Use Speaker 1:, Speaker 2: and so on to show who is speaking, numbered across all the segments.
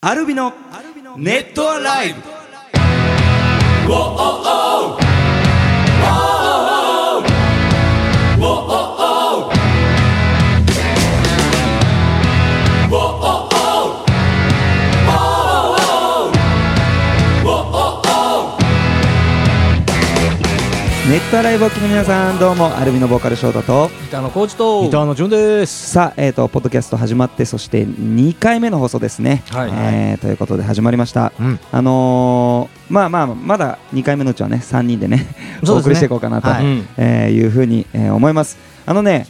Speaker 1: アルビのネットアライブネットアライブを聴きの皆さんどうもアルビのボーカル翔太と
Speaker 2: ギターのコーチと
Speaker 3: ギターの順です。
Speaker 1: さあ、えー、とポッドキャスト始まってそして2回目の放送ですね、
Speaker 2: はい
Speaker 1: えーということで始まりました、
Speaker 3: うん
Speaker 1: あのーまあまあまだ2回目のうちはね3人でね
Speaker 3: そうですね
Speaker 1: お送りしていこうかなと、
Speaker 3: はいい
Speaker 1: えーいうふうに、えー思いますあのね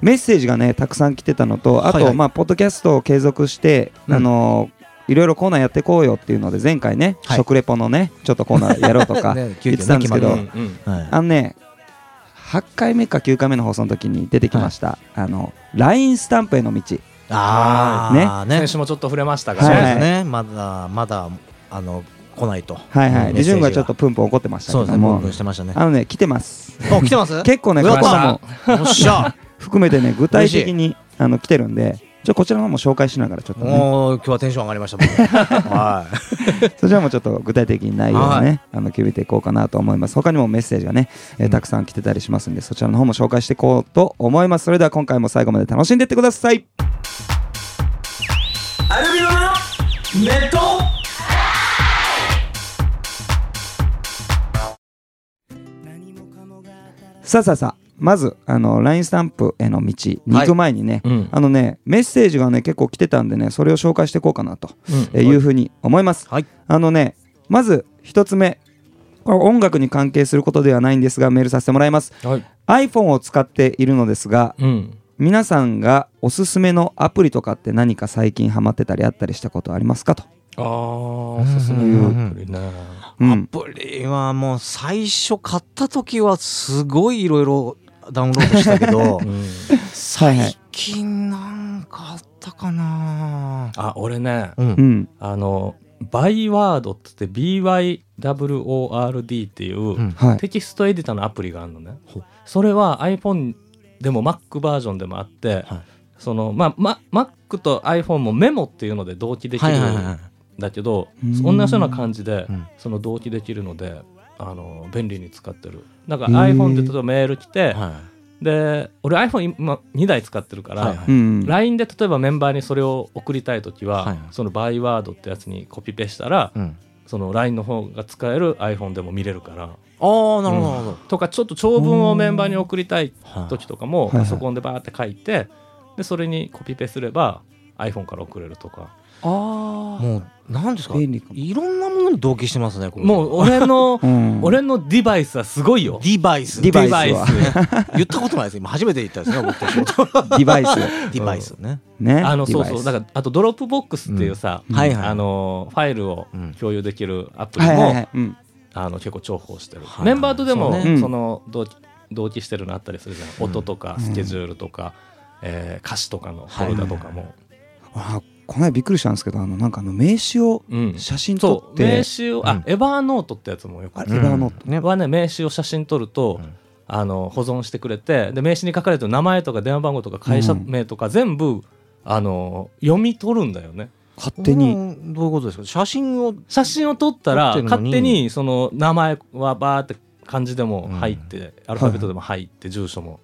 Speaker 1: メッセージがねたくさん来てたのとあと、
Speaker 3: はいはい
Speaker 1: まあ、ポッドキャストを継続して、
Speaker 3: うん
Speaker 1: あのーいろいろコーナーやっていこうよっていうので前回ね、
Speaker 3: はい
Speaker 1: 食レポのねちょっとコーナーやろうとか
Speaker 3: ね
Speaker 1: 言ってたんですけ
Speaker 3: 急遽
Speaker 1: ど、
Speaker 3: ね
Speaker 2: うん
Speaker 3: はい
Speaker 1: あのね、8回目か9回目の放送の時に出てきました、あの LINE スタンプへの道、
Speaker 3: あーね
Speaker 2: 先週もちょっと触れましたが
Speaker 3: そう
Speaker 1: はい
Speaker 3: ですね。まだまだあの来ないと。
Speaker 1: はいは
Speaker 3: う
Speaker 1: い、
Speaker 3: ん
Speaker 1: で
Speaker 3: メッセー
Speaker 1: 潤
Speaker 3: ジが
Speaker 1: がちょっとプンプン怒ってました
Speaker 3: そ
Speaker 1: け
Speaker 3: うで
Speaker 1: ど
Speaker 3: すね。
Speaker 1: も、
Speaker 3: もうしてましたね。
Speaker 1: あのね、来てます、
Speaker 3: お来てます？
Speaker 1: 結構ね、
Speaker 3: う
Speaker 1: こ
Speaker 3: わ
Speaker 1: ちらも
Speaker 3: おっ しゃ。
Speaker 1: 含めてね、具体的にあの来てるんで、ちょこちらの方も紹介しながら、ちょっとね、
Speaker 3: もう今日はテンション上がりました僕。はい。
Speaker 1: そちらもちょっと具体的に内容をね、あの決めていこうかなと思います、他にもメッセージがね、えーたくさん来てたりしますんで、そちらの方も紹介していこうと思います、それでは今回も最後まで楽しんでいってください。さあさあさあまずあの LINE スタンプへの道に行く前にね、
Speaker 2: うん
Speaker 1: あのねメッセージがね結構来てたんでねそれを紹介していこうかなと
Speaker 2: うん
Speaker 1: えーいうふうに思います、
Speaker 3: はい
Speaker 1: あのねまず一つ目これ音楽に関係することではないんですがメールさせてもらいます
Speaker 2: はい
Speaker 1: iPhone を使っているのですが
Speaker 2: うん
Speaker 1: 皆さんがおすすめのアプリとかって何か最近ハマってたりあったりしたことありますかと、
Speaker 2: あーおすすめ
Speaker 3: うん
Speaker 2: アプリね
Speaker 1: うん、
Speaker 3: アプリはもう最初買った時はすごいいろいろダウンロードし たけど
Speaker 1: はいはい
Speaker 3: 最近なんかあったかな。
Speaker 2: あ俺ね
Speaker 3: う。
Speaker 1: うんん
Speaker 2: あのバイワードって言って BYWORD っていううん
Speaker 1: はい
Speaker 2: テキストエディターのアプリがあるのねそれは iPhone でも Mac バージョンでもあって
Speaker 3: はい
Speaker 2: そのまあま Mac と iPhone もメモっていうので同期できる
Speaker 3: はいはいはいはい。
Speaker 2: だけど
Speaker 1: うん
Speaker 2: 同じような感じで
Speaker 3: うん
Speaker 2: その同期できるのであの便利に使ってるだから
Speaker 1: へー
Speaker 2: iPhone で例えばメール来て
Speaker 3: は
Speaker 2: で俺 iPhone 今2台使ってるか
Speaker 3: い。はい
Speaker 2: ら
Speaker 3: は
Speaker 1: う
Speaker 3: い。
Speaker 1: ん
Speaker 2: LINE で例えばメンバーにそれを送りたい時
Speaker 3: はい
Speaker 2: は
Speaker 3: はい
Speaker 2: そのバイワードってやつにコピペしたら
Speaker 3: うん。
Speaker 2: その LINE の方が使える iPhone でも見れるから
Speaker 3: ああなるほどなるほど。
Speaker 2: とかちょっと長文をメンバーに送りたい
Speaker 3: はい
Speaker 2: 時とか
Speaker 1: は
Speaker 2: も
Speaker 1: いはい
Speaker 2: パソコンでバーって書いてでそれにコピペすれば iPhone から送れるとか
Speaker 1: あ
Speaker 3: もう何ですか
Speaker 1: 便利かも
Speaker 3: いろんなものに同期してますねこれ
Speaker 2: もう俺の
Speaker 1: うん
Speaker 2: 俺のデバイスはすごいよ
Speaker 3: デバイス
Speaker 1: ディバイス
Speaker 2: デ
Speaker 1: は
Speaker 3: 言ったことないです今初めて言ったんですね僕と仕事
Speaker 1: デバイ ス
Speaker 3: デバイスね
Speaker 1: ね
Speaker 2: あのそう
Speaker 1: デ
Speaker 2: そ
Speaker 1: バイ
Speaker 2: う
Speaker 1: ス
Speaker 2: だからあとドロップボックスっていうさ、
Speaker 1: うん
Speaker 3: はいはい
Speaker 2: あのファイルを
Speaker 3: うん
Speaker 2: 共有できるアプリ
Speaker 1: は
Speaker 2: も、
Speaker 1: いはいはい、うん、
Speaker 2: あの結構重宝してる、
Speaker 3: はい
Speaker 2: メンバーとでも
Speaker 3: そう
Speaker 2: そ,、
Speaker 1: ねうん
Speaker 2: の同期同期してるのあったりするじゃん、
Speaker 3: うん
Speaker 2: 音とかスケジュールとか、えー歌詞とかのフォルダとかも、
Speaker 1: あこの間びっくりしたんですけどあのなんかあの名刺を
Speaker 2: うん、
Speaker 1: 写真撮
Speaker 2: そ
Speaker 1: っ
Speaker 2: う
Speaker 1: て、
Speaker 2: 名刺をあ、
Speaker 3: うん
Speaker 2: エヴァーノートってやつもよく
Speaker 1: あ
Speaker 2: あ
Speaker 1: れ
Speaker 2: る、
Speaker 1: エヴァーノート
Speaker 3: ね
Speaker 2: はね名刺を写真撮ると、
Speaker 3: うん
Speaker 2: あの保存してくれてで名刺に書かれてる名前とか電話番号とか会社名とか全部、あの読み取るんだよね
Speaker 1: 勝手に、
Speaker 3: うんどういうことですか写真を
Speaker 2: 写真を撮ったら
Speaker 3: 撮ってんのに
Speaker 2: 勝手にその名前はバーって漢字でも入って、アルファベットでも入って、住所も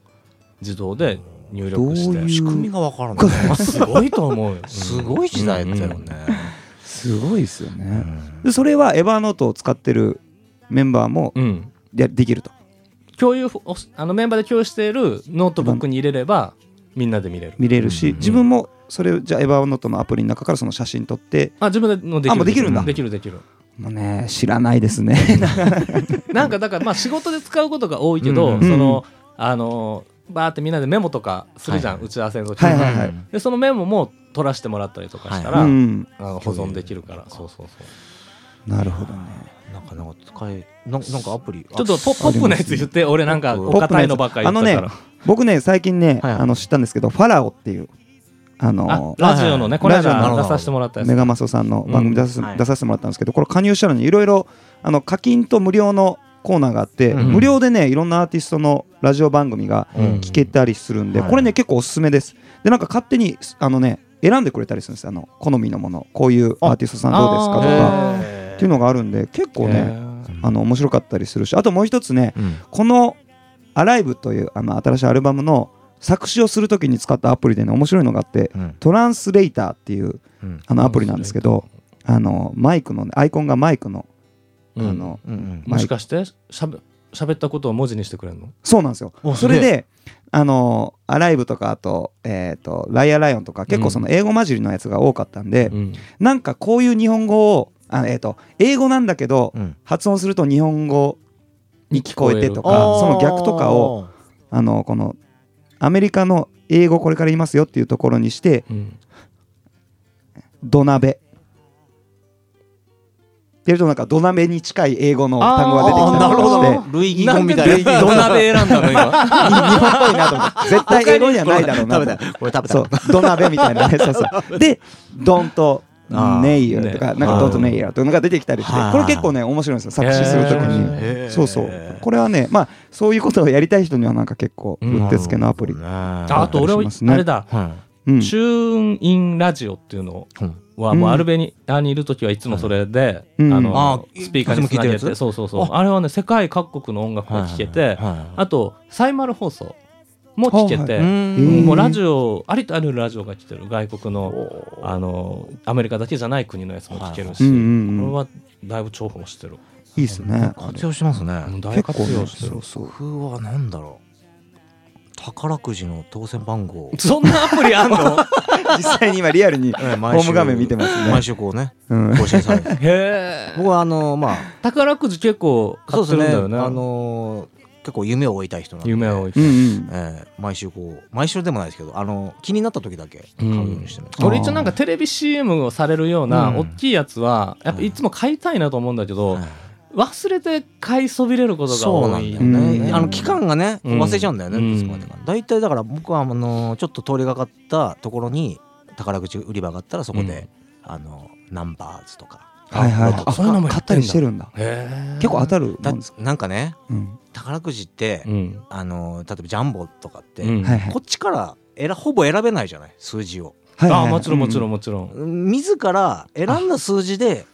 Speaker 2: 自動で入力して
Speaker 1: どういう
Speaker 3: 仕組みがわからない
Speaker 2: まあすごいと 思うよ
Speaker 3: すごい時代だよね、
Speaker 1: すごいですよ
Speaker 3: う
Speaker 1: ね、
Speaker 3: ん
Speaker 1: でそれはエヴァーノートを使ってるメンバーも
Speaker 2: うん、うん
Speaker 1: でできると
Speaker 2: 共有をあのメンバーで共有しているノートブックに入れればみんなで見れる
Speaker 1: 見れるし、
Speaker 3: うんうんうん
Speaker 1: 自分もそれをじゃあエヴァーノートのアプリの中からその写真撮って
Speaker 2: あ自分でのでき
Speaker 1: あも
Speaker 2: る
Speaker 1: うできるんだ
Speaker 2: できるできる
Speaker 1: もうね知らないですね
Speaker 2: なんかだからまあ仕事で使うことが多いけど、
Speaker 3: うん
Speaker 1: うん
Speaker 2: そのあのバーってみんなでメモとかするじゃん、
Speaker 3: はいはい
Speaker 2: 打ち合わせの時、
Speaker 1: はいはいはい
Speaker 3: うん
Speaker 2: でそのメモも取らせてもらったりとかしたら、
Speaker 3: は
Speaker 1: う
Speaker 3: い
Speaker 1: ん
Speaker 2: あの保存できるからそうそうそう
Speaker 1: なるほどね
Speaker 3: なんかなんか使えななんかアプリ
Speaker 2: ちょっとポ
Speaker 1: あ
Speaker 2: ポップなやつ言って俺なんかお堅いのばっかり言ったから
Speaker 1: 僕ね最近ね、
Speaker 3: はいはい
Speaker 1: あの知ったんですけどファラオっていうあ
Speaker 2: あ
Speaker 1: の
Speaker 2: ラジオのねこの
Speaker 1: ラジオ
Speaker 2: 間
Speaker 3: の
Speaker 2: 出させてもらったやつ
Speaker 1: メガマソさんの番組出さ,、
Speaker 3: うんはい
Speaker 1: 出させてもらったんですけどこれ加入したのにいろいろあの課金と無料のコーナーがあって、
Speaker 2: うん
Speaker 1: 無料でねいろんなアーティストのラジオ番組が
Speaker 3: うん
Speaker 1: 聞けたりするんで、
Speaker 3: うん
Speaker 1: これね結構おすすめですでなんか勝手にあのね選んでくれたりするんですよあの好みのものこういうアーティストさんどうですかと
Speaker 3: あ
Speaker 1: かっ
Speaker 3: ー
Speaker 1: ていうのがあるんで結構ねあの面白かったりするしあともう一つね
Speaker 3: うん
Speaker 1: この「アライブというあの新しいアルバムの作詞をするときに使ったアプリでね面白いのがあって
Speaker 3: うん
Speaker 1: トランスレーターっていう
Speaker 3: うん
Speaker 1: あのアプリなんですけどあのマイクのねアイコンがマイクのあ
Speaker 2: うん
Speaker 1: の
Speaker 3: うん
Speaker 1: まあ
Speaker 2: もしかしてしゃべ喋ったことを文字にしてくれるの
Speaker 1: そうなんですよ
Speaker 3: お
Speaker 1: それであのアライブとかあとえっとライアライオンとか結構その英語混じりのやつが多かったんで
Speaker 2: うん
Speaker 1: なんかこういう日本語をあえっと英語なんだけど
Speaker 3: うん
Speaker 1: 発音すると日本語に聞こえてと
Speaker 2: あ
Speaker 1: かその逆とかをあのこのアメリカの英語これから言いますよっていうところにして
Speaker 2: うん
Speaker 1: 土鍋ってやるとなんか土鍋に近い英語の単語
Speaker 3: あ
Speaker 1: が
Speaker 3: ー
Speaker 1: 出てきた
Speaker 3: な
Speaker 1: り
Speaker 3: る
Speaker 1: と
Speaker 3: ほ
Speaker 1: か
Speaker 3: ど
Speaker 1: して
Speaker 3: 類義
Speaker 2: な
Speaker 3: 語
Speaker 2: んで
Speaker 3: みたいな
Speaker 2: 土鍋選んだ の今
Speaker 1: 日本っぽいなと思って絶対英語にはないだろうなと思って
Speaker 3: これ 食べた
Speaker 1: そう土鍋みたいなねそうそうでドンと
Speaker 3: あー
Speaker 1: ネイヤーとか
Speaker 2: ね
Speaker 1: なんか
Speaker 3: はい
Speaker 1: ドンとネイヤーというのが出てきたりして
Speaker 3: はい
Speaker 1: これ結構ね面白いんですよ作詞するときに
Speaker 3: へー
Speaker 1: そうそうこれはねまあそういうことをやりたい人にはなんか結構うってつけのアプリ
Speaker 3: ね
Speaker 2: ああと俺は
Speaker 1: しますね
Speaker 2: あれだ
Speaker 3: は
Speaker 1: うん
Speaker 2: チューンインラジオっていうの
Speaker 3: いうん
Speaker 2: はもうアルベニアにいる時はいつもそれで、
Speaker 1: うん
Speaker 2: あ
Speaker 3: あ
Speaker 2: の
Speaker 3: ー
Speaker 2: スピーカーにつ
Speaker 3: いつも聞い
Speaker 2: なげ
Speaker 3: てるや
Speaker 2: て
Speaker 3: つ
Speaker 2: そうそうそう
Speaker 3: あ
Speaker 2: あれはね世界各国の音楽が聴けて
Speaker 3: あ
Speaker 2: あとサイマル放送も聴け
Speaker 1: は
Speaker 2: て、
Speaker 1: い
Speaker 3: うん
Speaker 2: もうラジオありとあらゆるラジオが来てる外国のあのアメリカだけじゃない国のやつも聴けるし、
Speaker 1: うんうんうん
Speaker 2: これはだいぶ重宝してる、
Speaker 1: いいっすね
Speaker 3: 活用しますね
Speaker 2: うん大
Speaker 1: 結構
Speaker 2: 活
Speaker 1: ね
Speaker 2: 用してる
Speaker 1: そうそう
Speaker 3: 僕は何だろう宝くじの当選番号
Speaker 2: そんなアプリあんの
Speaker 1: 実際に今リアルに ホ
Speaker 3: ええ毎週
Speaker 1: ーム画面見てますね
Speaker 3: 毎週こうね
Speaker 1: うん
Speaker 3: 更新される
Speaker 2: へえ
Speaker 3: 僕はあのまあ
Speaker 2: 宝くじ結構買
Speaker 3: そう
Speaker 2: っ
Speaker 3: で
Speaker 2: て
Speaker 3: す
Speaker 2: るん
Speaker 3: ね
Speaker 2: だ
Speaker 3: あ
Speaker 2: よね
Speaker 3: の結構夢を追いたい人なんで
Speaker 2: 夢を追い
Speaker 1: うんうん
Speaker 3: ええ毎週こう毎週でもないですけどあの気になった時だけ買うようにしてるんです
Speaker 1: うん
Speaker 2: 俺一応なんかテレビ CM をされるよう
Speaker 3: う
Speaker 2: なん大きいやつはやっぱいつも買いたいなと思うんだけど
Speaker 3: はい
Speaker 2: 忘れて買いそびれることが
Speaker 3: そうなんだ
Speaker 2: 多い
Speaker 3: よね、
Speaker 1: うん
Speaker 3: あの期間がね
Speaker 2: うん
Speaker 3: 忘れちゃうんだよね、
Speaker 2: うん
Speaker 3: いつまでか大体だから僕はあのちょっと通りがかったところに宝くじ売り場があったらそこで、あのナンバーズとか
Speaker 1: はいはい
Speaker 2: あそういうのもや
Speaker 1: 買っ
Speaker 2: って
Speaker 1: た
Speaker 2: んだ
Speaker 1: りしてるんだ
Speaker 2: へえ
Speaker 1: 結構当たるも
Speaker 3: だ
Speaker 1: んですか
Speaker 3: なんかね
Speaker 1: うん
Speaker 3: 宝くじって、
Speaker 2: うん
Speaker 3: あの例えばジャンボとかって、
Speaker 2: うん
Speaker 1: はいはい
Speaker 3: こっちからえらほぼ選べないじゃない数字を
Speaker 1: はいはい
Speaker 2: あ
Speaker 1: はい
Speaker 2: もちろんもちろ
Speaker 1: うん
Speaker 2: もちろん
Speaker 3: 自ら選んだ数字で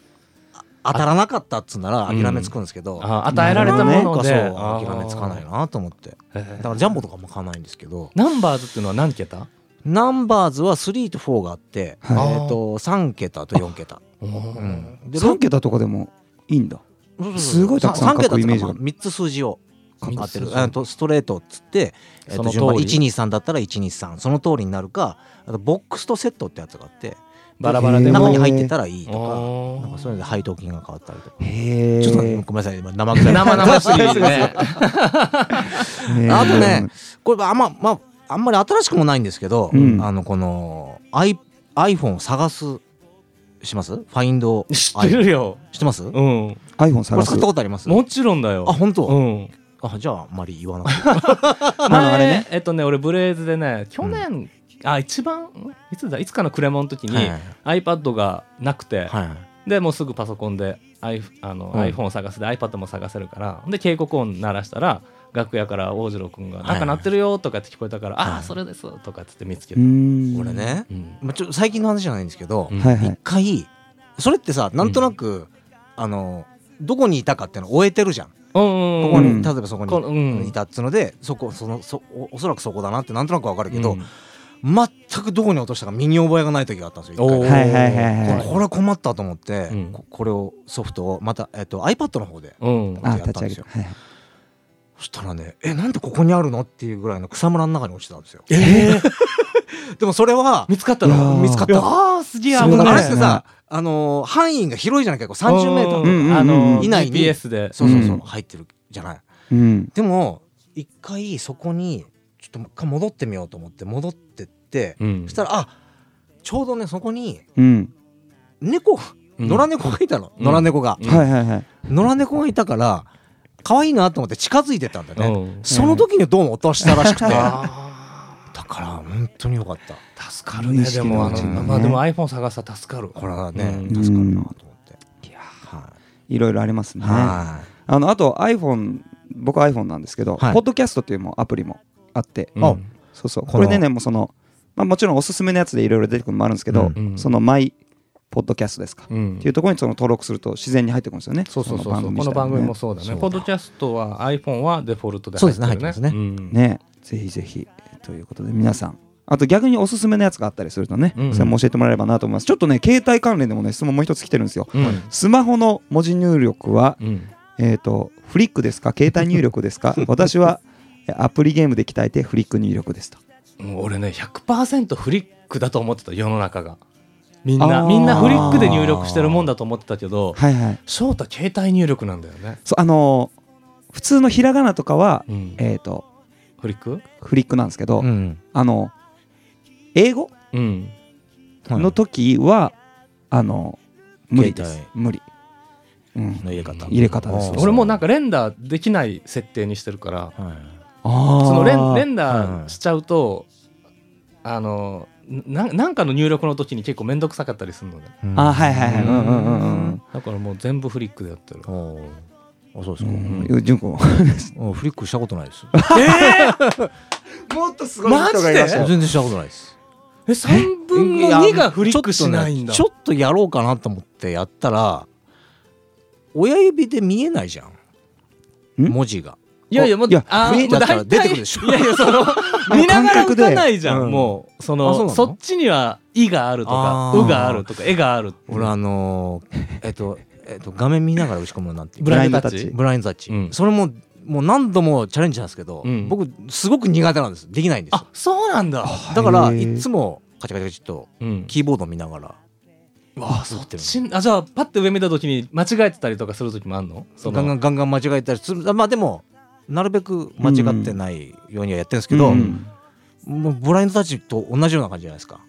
Speaker 3: あ当たらなかったっつうなら諦めつくんですけど、
Speaker 2: あ与えられたもので
Speaker 3: なん
Speaker 2: あ
Speaker 3: か
Speaker 2: ー
Speaker 3: そう諦めつかないなと思って
Speaker 2: へ
Speaker 3: だ
Speaker 2: え
Speaker 3: からジャンボとかも買わないんですけど
Speaker 2: ナンバーズっていうのは何桁
Speaker 3: ナンバーズは3と4があって、
Speaker 1: はい
Speaker 3: えっと3桁と4桁、うんで
Speaker 1: 3桁とかでもいいんだ
Speaker 3: そうそうそう
Speaker 1: すごいたくさん書くイメージが
Speaker 3: さん3桁っていうかまあ3つ数字を
Speaker 1: 書
Speaker 3: 買ってる
Speaker 2: 三つ数字
Speaker 3: あとストレートっつって、えっ
Speaker 2: そ
Speaker 3: と
Speaker 2: の通り
Speaker 3: 順番123だったら123その通りになるかあとボックスとセットってやつがあって
Speaker 2: バラバラ
Speaker 1: へ
Speaker 2: で
Speaker 1: ー
Speaker 3: 中
Speaker 2: も
Speaker 3: に入ってたらいいと
Speaker 2: あ
Speaker 3: か
Speaker 2: ー
Speaker 3: なんかそういうので配当金が変わったりとか。
Speaker 1: へえ
Speaker 3: ちょっとごめんなさい今生臭い
Speaker 2: 生々しいね
Speaker 3: あとねこれあんま、まあ、あんまり新しくもないんですけど、
Speaker 1: うん
Speaker 3: あのこの i iPhone を探すしますファインド
Speaker 2: 知ってるよ
Speaker 3: 知ってます、こ
Speaker 2: うん
Speaker 1: iPhone
Speaker 3: れ
Speaker 1: 探
Speaker 3: 使
Speaker 1: す
Speaker 3: ったことありますあ
Speaker 2: もちろんだよ
Speaker 3: 本当、
Speaker 2: うん
Speaker 3: あじゃああんまり言わなくて
Speaker 1: あのあれ
Speaker 2: 前
Speaker 1: ね
Speaker 2: えっとね俺ブレイズでね去年あ一番んいつだいつかのクレモンの時に iPad がなくて
Speaker 3: はい、
Speaker 2: でもうすぐパソコンで i あの、
Speaker 3: うん
Speaker 2: iPhone を探せで iPad も探せるからで警告音鳴らしたら楽屋から大次郎君が「
Speaker 3: はい
Speaker 2: なんか鳴ってるよ」とかって聞こえたから「
Speaker 3: はい
Speaker 2: ああそれです」とかっつって見つけ
Speaker 1: う
Speaker 2: て、
Speaker 1: ん
Speaker 3: 俺ね、
Speaker 2: うん
Speaker 3: まあ、ちょっと最近の話じゃないんですけど
Speaker 2: う
Speaker 3: 一、
Speaker 2: ん
Speaker 1: はいはい
Speaker 3: 回それってさなんとなく、あのどこにいたかっていうのを終えてるじゃん、
Speaker 2: うんうん
Speaker 3: ここ
Speaker 2: うん
Speaker 3: に例えばそこに、
Speaker 2: このうん
Speaker 3: いたっつのでそこそのそおおそらくそこだなってなんとなくわかるけど、
Speaker 2: うん
Speaker 3: 全くどこに落としたか身に覚えがない時があったんですよ一回
Speaker 2: おー
Speaker 1: はいはいはいはい
Speaker 3: これ困ったと思って、
Speaker 2: うん
Speaker 3: ここれをソフトをまた、えっと iPad の方で
Speaker 2: うん
Speaker 1: あ
Speaker 3: やっ
Speaker 1: 立
Speaker 3: た
Speaker 1: ち
Speaker 3: ん
Speaker 1: 上げ
Speaker 3: で
Speaker 1: た
Speaker 3: すよ
Speaker 1: はいはい
Speaker 3: そしたらねえなんでここにあるのっていうぐらいの草むらの中に落ちてたんですよ
Speaker 2: えー
Speaker 3: でもそれは
Speaker 2: 見つかった
Speaker 1: いやー
Speaker 2: の
Speaker 3: 見つかった
Speaker 2: ああすげえ
Speaker 1: そ
Speaker 2: 危
Speaker 1: うだね
Speaker 3: あ
Speaker 2: な
Speaker 3: れ
Speaker 2: い
Speaker 3: ってさ、あのー範囲が広いじゃない結構30メート
Speaker 1: う
Speaker 3: ル
Speaker 1: ん
Speaker 2: あの
Speaker 3: 以内に
Speaker 2: GPS で
Speaker 3: そうそうそう、
Speaker 1: うん
Speaker 3: 入ってるじゃない
Speaker 1: うん
Speaker 3: でも一回そこにちょっともう一回戻ってみようと思って戻ってって、
Speaker 2: うん
Speaker 3: そしたらあちょうどねそこに
Speaker 1: うん
Speaker 3: 猫
Speaker 2: うん
Speaker 3: 野良猫がいたの、
Speaker 2: うん
Speaker 3: 野良猫が、
Speaker 2: うん
Speaker 1: はいはいはい
Speaker 3: 野良猫がいたから可愛いなと思って近づいてったんだよね、
Speaker 2: うん
Speaker 3: その時にどうも落としたらしくて だ
Speaker 2: あ
Speaker 3: から本当によかった
Speaker 2: ー助かるねでもあ
Speaker 1: 無意識のうちに
Speaker 2: の
Speaker 1: ね
Speaker 2: まあでも iPhone 探したら助かる
Speaker 3: これはね、
Speaker 2: うん
Speaker 3: 助かるなと思っていや
Speaker 1: いろいろありますね
Speaker 3: は
Speaker 1: あのあと iPhone 僕 iPhone なんですけど、
Speaker 3: はい
Speaker 1: ポッドキャストというもアプリもあって、
Speaker 2: うん
Speaker 3: あ
Speaker 1: そうそう
Speaker 3: こ
Speaker 1: こ
Speaker 3: の
Speaker 1: れでねもうそのまあ、もちろんおすすめのやつでいろいろ出てくるのもあるんですけど、
Speaker 2: うんうん
Speaker 1: そのマイポッドキャストですか、
Speaker 2: うん
Speaker 1: っていうところにその登録すると自然に入ってくるんですよね。
Speaker 2: そうそうそう
Speaker 1: の
Speaker 2: そう
Speaker 1: 組
Speaker 2: この
Speaker 1: 自体
Speaker 2: 番
Speaker 1: ね
Speaker 2: 組もそうだ
Speaker 3: そう
Speaker 2: ね
Speaker 3: だ
Speaker 2: ポッドキャストは iPhone はデフォルトで
Speaker 3: そう
Speaker 2: 入っ
Speaker 3: です
Speaker 2: て
Speaker 3: ね入ってま
Speaker 2: るね
Speaker 3: すね
Speaker 2: うん
Speaker 1: ねぜひぜひということで皆さんあと逆におすすめのやつがあったりするとね、
Speaker 2: うんうん
Speaker 1: それも教えてもらえればなと思いますちょっとね携帯関連でもね質問もう一つ来てるんですよ
Speaker 2: うん
Speaker 1: スマホの文字入力は、
Speaker 2: うん
Speaker 1: えー、とフリックですか携帯入力ですか私はえアプリゲームで鍛えてフリック入力ですと
Speaker 2: もう俺ね100%フリックだと思ってた世の中がみん
Speaker 1: あ
Speaker 2: な
Speaker 1: ー
Speaker 2: みんなフリックで入力してるもんだと思ってたけど
Speaker 1: はいはい
Speaker 2: 翔太携帯入力なんだよね、
Speaker 1: そうあのー普通のひらがなとかは、
Speaker 2: うん
Speaker 1: えー、と
Speaker 2: フリック
Speaker 1: フリックなんですけど、
Speaker 3: うん
Speaker 1: あの英語
Speaker 2: うん
Speaker 3: はい
Speaker 1: の時は、あの無理です
Speaker 3: 携
Speaker 1: 無理、うん、
Speaker 3: の入れ方
Speaker 1: 入れ方です
Speaker 3: あー
Speaker 2: 俺もうなんか連打できない設定にしてるから
Speaker 3: はい
Speaker 2: そ
Speaker 1: そ
Speaker 2: の連連打しちゃうと、あのななんかの入力の時に結構面倒くさかったりするので、
Speaker 3: うん
Speaker 1: あはいはいはいうんうんうんうん
Speaker 2: だからもう全部フリックでやってる
Speaker 3: おーあそうで
Speaker 1: う
Speaker 3: すか、
Speaker 1: ん
Speaker 2: う
Speaker 1: 純 子
Speaker 3: うんフリックしたことないです
Speaker 1: もっとす
Speaker 2: ごい人がいらっしゃ
Speaker 3: 全
Speaker 2: る
Speaker 3: 然したことないです
Speaker 2: え3分の
Speaker 3: いや
Speaker 2: 2がフリックしないんだ
Speaker 3: ちょっとねちょっとやろうかなと思ってやったら親指で見えないじゃん
Speaker 1: ん
Speaker 3: 文字が
Speaker 2: いやいやもう
Speaker 1: いや
Speaker 2: あー
Speaker 3: フリーだったら
Speaker 2: もう大
Speaker 3: 出て
Speaker 2: 体
Speaker 3: くるでしょ
Speaker 2: いやいやその見ながら打たないじゃん、
Speaker 3: うん
Speaker 2: もう
Speaker 3: あそ
Speaker 2: そ
Speaker 3: うな
Speaker 2: の
Speaker 3: の
Speaker 2: そっちには「い」があるとか
Speaker 3: あ
Speaker 2: 「
Speaker 3: ー
Speaker 2: う」があるとか「え」がある
Speaker 3: 俺あのーえっとえっと画面見ながら打ち込むのなんていう
Speaker 2: ブラインドタッチ
Speaker 1: ブラインドタッチ
Speaker 3: ブラインドタッチ、
Speaker 2: うん
Speaker 3: それももう何度もチャレンジなんですけど、
Speaker 2: うん
Speaker 3: 僕すごく苦手なんですできないんです
Speaker 2: あ
Speaker 3: よ
Speaker 2: そうなんだ、
Speaker 3: だから
Speaker 1: へー
Speaker 3: いつもカチャカチャカチャっと
Speaker 2: うん、
Speaker 3: キーボード見ながら
Speaker 2: わあそ
Speaker 3: 打
Speaker 2: っ
Speaker 3: ってる
Speaker 2: ちんあじゃあパッて上見た時に間違えてたりとかする時もあんのそ
Speaker 3: ガンガ
Speaker 2: の
Speaker 3: ンガンガン間違えたりするまあでもなるべく間違ってないようにはやってるんですけど、
Speaker 1: うん
Speaker 3: もうブラインドタッチと同じような感じじゃないですか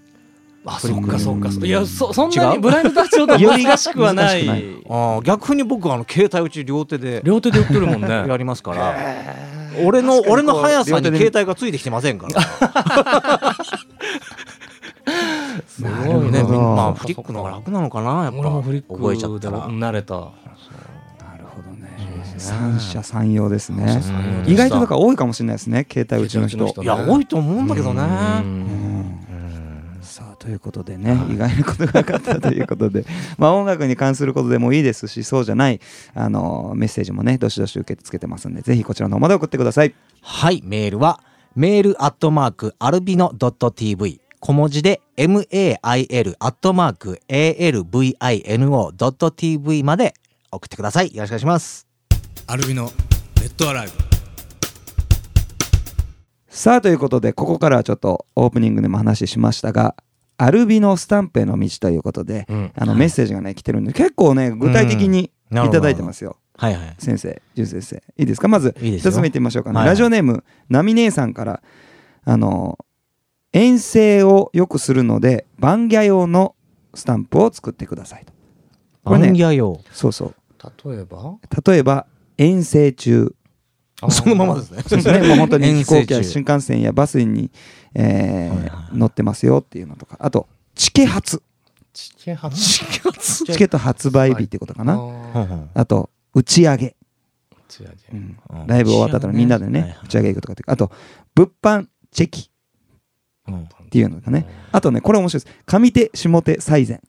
Speaker 2: あ
Speaker 1: フリ
Speaker 2: そ
Speaker 1: ッ
Speaker 2: っ
Speaker 1: ク
Speaker 2: かそっかそっかいやそそん
Speaker 3: 違
Speaker 2: な
Speaker 3: う
Speaker 2: にブラインドタッチほど
Speaker 1: より
Speaker 2: 難しくはない
Speaker 1: 難し
Speaker 3: あー逆に僕はあの携帯打ち両手で
Speaker 2: 両手で打ってるもんね
Speaker 3: やりますから俺の俺の速さに携帯がついてきてませんから
Speaker 2: す
Speaker 1: なる
Speaker 2: ご
Speaker 1: ほど
Speaker 2: い
Speaker 3: ね
Speaker 2: ね
Speaker 3: まあフリックの方が楽なのかなやっぱ
Speaker 2: 俺もフリック
Speaker 3: 覚えちゃったら
Speaker 2: うん慣れた
Speaker 1: なるほどね
Speaker 3: ですね
Speaker 1: 三者三様ですね
Speaker 2: そうそう
Speaker 1: 意外とだから多いかもしれないですね携帯打ちの人
Speaker 2: 携帯打ちの人
Speaker 3: いや多いと思うんだけどね
Speaker 2: うん
Speaker 1: うん
Speaker 3: うん
Speaker 1: さあということでね、意外なことが分かったということで まあ音楽に関することでもいいですしそうじゃないあのメッセージもねどしどし受け付けてますんでぜひこちらの方まで送ってください
Speaker 3: はいメールはメールアットマークアルビノ .tv 小文字で mail アットマーク alvino.tv まで送ってくださいよろしくお願いします
Speaker 4: アルビのネットアライブ
Speaker 1: さあということでここからはちょっとオープニングでも話しましたがアルビのスタンプへの道ということで、
Speaker 2: うん
Speaker 1: あのメッセージがね来てるんで結構ね具体的にい
Speaker 3: なるほど
Speaker 1: ただいてますよ、
Speaker 3: はいはい
Speaker 1: 先生純先生いいですかまず
Speaker 3: いいです
Speaker 1: 一
Speaker 3: よ
Speaker 1: つ目いってみましょうかね、
Speaker 3: はいは
Speaker 1: ラ
Speaker 3: い
Speaker 1: ジオネームなみ姉さんからあの遠征をよくするので番屋用のスタンプを作ってくださいとこれね
Speaker 3: 番屋用
Speaker 1: そうそう
Speaker 2: 例えば
Speaker 1: 例えば遠征中
Speaker 3: そのままですね
Speaker 1: そう ですね、もう本当に飛
Speaker 3: 遠征
Speaker 1: 行
Speaker 3: 中
Speaker 1: 機や新幹線やバスに、えー
Speaker 3: はいはい
Speaker 1: 乗ってますよっていうのとかあとチケ発
Speaker 2: チケ発チ
Speaker 1: チケット発売日ってことか
Speaker 2: か
Speaker 1: な、
Speaker 3: ほんほん
Speaker 1: あと打ち上げ、う
Speaker 2: うん
Speaker 3: うん
Speaker 1: ライブ終わった後のみんなでね、
Speaker 3: はいはい
Speaker 1: 打ち上げ行くとかっていうあと物販チェキ
Speaker 3: うん
Speaker 1: っていうのがねあとねこれ面白いです上手下手最善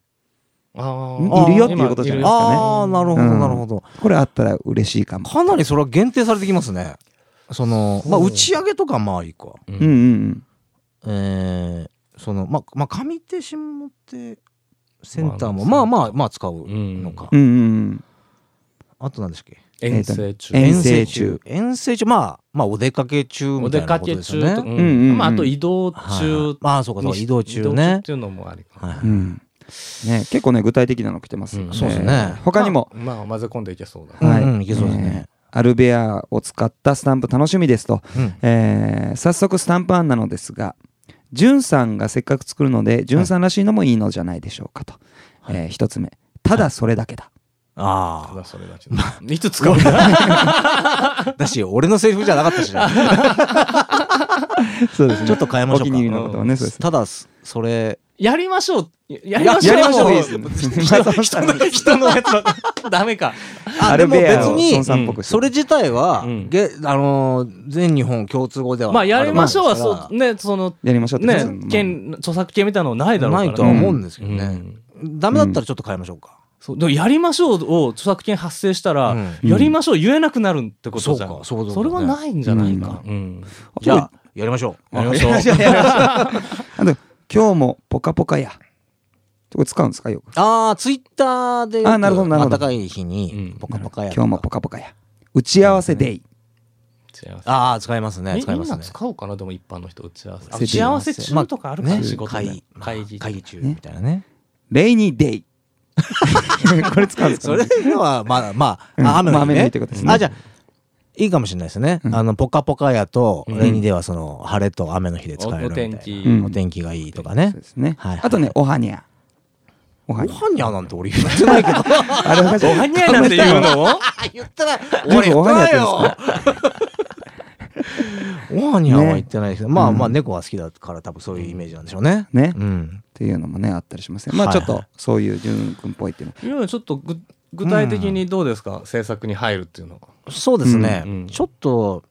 Speaker 2: あ
Speaker 1: いるよっていうことじゃないですかね
Speaker 3: ああなるほどなるほど
Speaker 1: これあったら嬉しいかも
Speaker 3: かなりそれは限定されてきますねそのまあ打ち上げとかまあいいか
Speaker 1: うんうんうん
Speaker 3: えーそのまあまあ上手下手センターも
Speaker 2: ま
Speaker 3: ま
Speaker 2: あ
Speaker 3: あまあまあ使う
Speaker 2: うん
Speaker 3: のか、
Speaker 1: うんうん
Speaker 3: あと何でしたっけ
Speaker 2: 遠征中
Speaker 1: 遠征中
Speaker 3: 遠征中まあまあお出かけ中
Speaker 2: お
Speaker 3: みた
Speaker 2: 出
Speaker 3: いな
Speaker 2: か
Speaker 3: こと
Speaker 2: け
Speaker 3: ですよ
Speaker 2: 中
Speaker 3: ね
Speaker 2: とか、うん
Speaker 1: うんうんうん
Speaker 2: まあ、あと移動
Speaker 3: はい
Speaker 2: 中
Speaker 3: まあそうかそうか移動中ね
Speaker 2: っていうのもありか
Speaker 3: はい
Speaker 1: うんうんね結構ね具体的なの来てますよ
Speaker 2: うんそうです
Speaker 3: ね
Speaker 1: 他にも
Speaker 2: まあ、混ぜ込んでいけそうだ、
Speaker 3: うん
Speaker 1: はい
Speaker 3: うんいけそうですね
Speaker 1: アルベアを使ったスタンプ楽しみですと、
Speaker 3: うん
Speaker 1: えー早速スタンプ案なのですがじゅんさんがせっかく作るのでじゅんさんらしいのもいいのじゃないでしょうかと、
Speaker 3: はい
Speaker 1: えー一つ目ただそれだけだ、
Speaker 2: た
Speaker 3: あ
Speaker 2: だそれだけいつ使うんだ
Speaker 3: あだし俺のセリフじゃなかったし ね
Speaker 1: そうですね
Speaker 3: ちょっと変えまし
Speaker 1: お
Speaker 3: ょう
Speaker 1: 気
Speaker 3: か
Speaker 1: に入りのことはねそうです
Speaker 3: ただそそれ
Speaker 2: やりましょうやりましょう
Speaker 1: やりましょういいですね
Speaker 2: 人の人のやつはダメか
Speaker 3: あ
Speaker 1: アルベア
Speaker 3: でも
Speaker 1: を
Speaker 3: 別に
Speaker 1: 孫さんっぽくして
Speaker 3: それ自体は、
Speaker 2: うん
Speaker 3: げあのー全日本共通語では
Speaker 2: まあやりましょうは
Speaker 3: あるんです
Speaker 2: そうねその
Speaker 1: やりましょうって
Speaker 2: ね
Speaker 1: そうです
Speaker 2: 権著作権みたいなのないだ
Speaker 3: が
Speaker 2: ろうから
Speaker 3: な
Speaker 2: ね
Speaker 3: いとは思うんですけど
Speaker 2: う
Speaker 3: ね、
Speaker 2: ん
Speaker 3: ダメだったらちょっと変えましょうか、
Speaker 2: そうでもやりましょうを著作権発生したら、
Speaker 3: うん
Speaker 2: やりましょう言えなくなるってことじゃん
Speaker 3: そうかそうだね
Speaker 2: れはないんじゃないか、うん
Speaker 3: じゃあやりましょう
Speaker 2: やりましょう
Speaker 1: あと今日もポカポカやこれ使うんですかよく
Speaker 3: ああツイッターでよ
Speaker 1: あーなるほどなるほど
Speaker 3: 暖かい日に
Speaker 2: うん
Speaker 3: ポカポカや、
Speaker 1: 今日もポカポカや打ち合わせデイ
Speaker 2: 違います
Speaker 3: ああ使いますね
Speaker 2: み
Speaker 3: 使いま
Speaker 2: みん
Speaker 3: す
Speaker 2: な
Speaker 3: ね
Speaker 2: 使おうかなでも一般の人打ち合わせあ
Speaker 1: 打
Speaker 2: 打
Speaker 1: ち
Speaker 2: ち
Speaker 1: 合
Speaker 2: 合
Speaker 1: わ
Speaker 2: わ
Speaker 1: せ
Speaker 2: せ中とかあるか
Speaker 3: ま
Speaker 2: ら
Speaker 3: あ
Speaker 2: 仕事で
Speaker 3: 会議
Speaker 2: 会議
Speaker 3: 会議中
Speaker 1: ね
Speaker 3: みたいなね
Speaker 1: レイニーデイこれ使うんです
Speaker 3: そ
Speaker 1: かね
Speaker 3: れはまあま
Speaker 1: うん
Speaker 3: ああ雨の日
Speaker 1: まあ雨の日
Speaker 3: ね
Speaker 1: ってことですね
Speaker 3: あじゃあいいかもしれないですね、
Speaker 1: うん
Speaker 3: あのポカポカやと
Speaker 2: うん
Speaker 3: レニではその晴れと雨の日で使えるみたいな
Speaker 2: おお天気
Speaker 1: うん
Speaker 3: お天気がいいとかね
Speaker 1: そうですね
Speaker 3: はいはい
Speaker 1: あとねおはにゃお
Speaker 3: お
Speaker 1: はにゃ
Speaker 3: はにゃなんて俺言ってないけど
Speaker 1: あれおかしい
Speaker 2: おはにゃなんて言うの
Speaker 3: 言ってない
Speaker 1: 全
Speaker 3: 俺
Speaker 1: 部
Speaker 3: 言
Speaker 1: お
Speaker 3: っ
Speaker 1: はにゃ
Speaker 3: てない
Speaker 1: や
Speaker 3: よ
Speaker 1: ってるんですか
Speaker 3: おはにゃは言ってないですけど、まあまあ
Speaker 1: うん
Speaker 3: 猫が好きだから多分そういうイメージなんでしょうね
Speaker 1: ね
Speaker 3: うん
Speaker 1: っていうのもねあったりしますねまあ
Speaker 3: はい
Speaker 1: ちょ
Speaker 3: は
Speaker 1: っ
Speaker 3: い
Speaker 1: とそういう潤君っぽいっていうの
Speaker 2: いやちょっとぐ具体的にどうですか、制作に入るっていうのは
Speaker 3: そうですね、
Speaker 2: うんうん
Speaker 3: ちょっと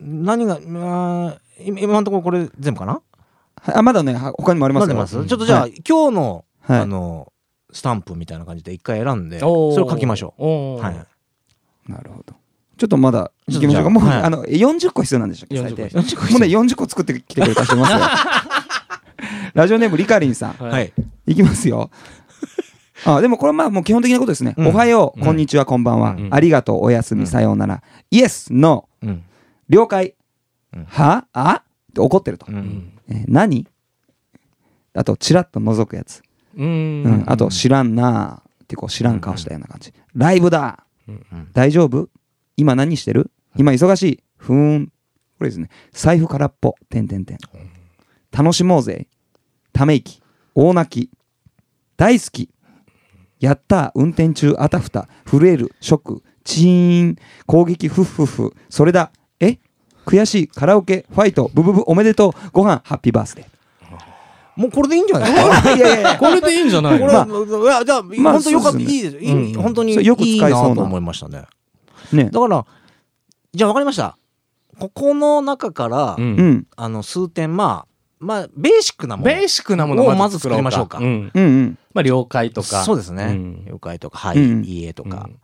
Speaker 3: 何が、まあ、今今のところこれ全部かな
Speaker 1: はいあまだねは他にもありま
Speaker 3: な
Speaker 1: す
Speaker 3: んで
Speaker 1: よ
Speaker 3: ます、ちょっとじゃあ、
Speaker 1: は
Speaker 3: 今日の、
Speaker 1: はい
Speaker 3: あのスタンプみたいな感じで一回選んで
Speaker 2: おー
Speaker 3: それを書きましょう、
Speaker 2: おー
Speaker 3: はい、
Speaker 1: なるほどちょっとまだ
Speaker 3: ちょ
Speaker 1: 行
Speaker 3: っ
Speaker 1: きまし
Speaker 3: と
Speaker 1: ょ
Speaker 3: じ
Speaker 1: う
Speaker 3: ゃあ
Speaker 1: かもう
Speaker 3: はい
Speaker 1: あの40個必要なんでしょ
Speaker 2: 40個
Speaker 1: 最低
Speaker 2: 必要
Speaker 1: もうね40個作ってきてくれた人い ますよラジオネームリカリンさん
Speaker 2: はい
Speaker 3: はい
Speaker 1: いきますよあでもこれまあもう基本的なことですね、
Speaker 3: うん
Speaker 1: おはよう、
Speaker 2: うん
Speaker 1: こんにちはこんばんは、
Speaker 2: うん
Speaker 1: ありがとうおやすみ、
Speaker 2: うん
Speaker 1: さようならイエスノー
Speaker 3: うん
Speaker 1: 了解、
Speaker 3: うん
Speaker 1: はあって怒ってると、
Speaker 3: う
Speaker 2: うんん
Speaker 1: えー何あとチラッと覗くやつ、
Speaker 2: うん
Speaker 1: うんあと知らんなーってこう知らん顔したような感じ、ライブだ
Speaker 3: うん
Speaker 1: 大丈夫今何してる今忙しいふーんこれですね財布空っぽてんてんてん楽しもうぜため息大泣き大好きやったー運転中あたふた震えるショックチーン攻撃フッフッフそれだえ悔しいカラオケファイトブブブおめでとうご飯ハッピーバースデ ー
Speaker 3: もうこれでいいんじゃないですか
Speaker 1: いやいやいや
Speaker 2: これでいいんじゃない
Speaker 3: こ
Speaker 2: の
Speaker 3: れ、
Speaker 1: まあ
Speaker 3: いやじゃあ、
Speaker 1: まあ
Speaker 3: 本当よかった、
Speaker 1: そう
Speaker 3: い
Speaker 1: ですね
Speaker 3: いです、いい
Speaker 2: うん
Speaker 3: 本当に
Speaker 1: それよく使
Speaker 3: い
Speaker 1: え
Speaker 3: い
Speaker 1: そう
Speaker 3: な
Speaker 1: な
Speaker 3: と思いましたね
Speaker 1: ね
Speaker 3: だからじゃあ分かりましたここの中から、
Speaker 2: うん
Speaker 1: うん
Speaker 3: あの数点まあまあベーシックなもの
Speaker 2: ベーシックなもの
Speaker 3: をまず作りましょうか
Speaker 2: ん
Speaker 1: うんうん
Speaker 2: まあ了解とか
Speaker 3: そうですね、
Speaker 2: うん
Speaker 3: 了解とかはい、
Speaker 1: うん
Speaker 3: いいえとか、
Speaker 2: うん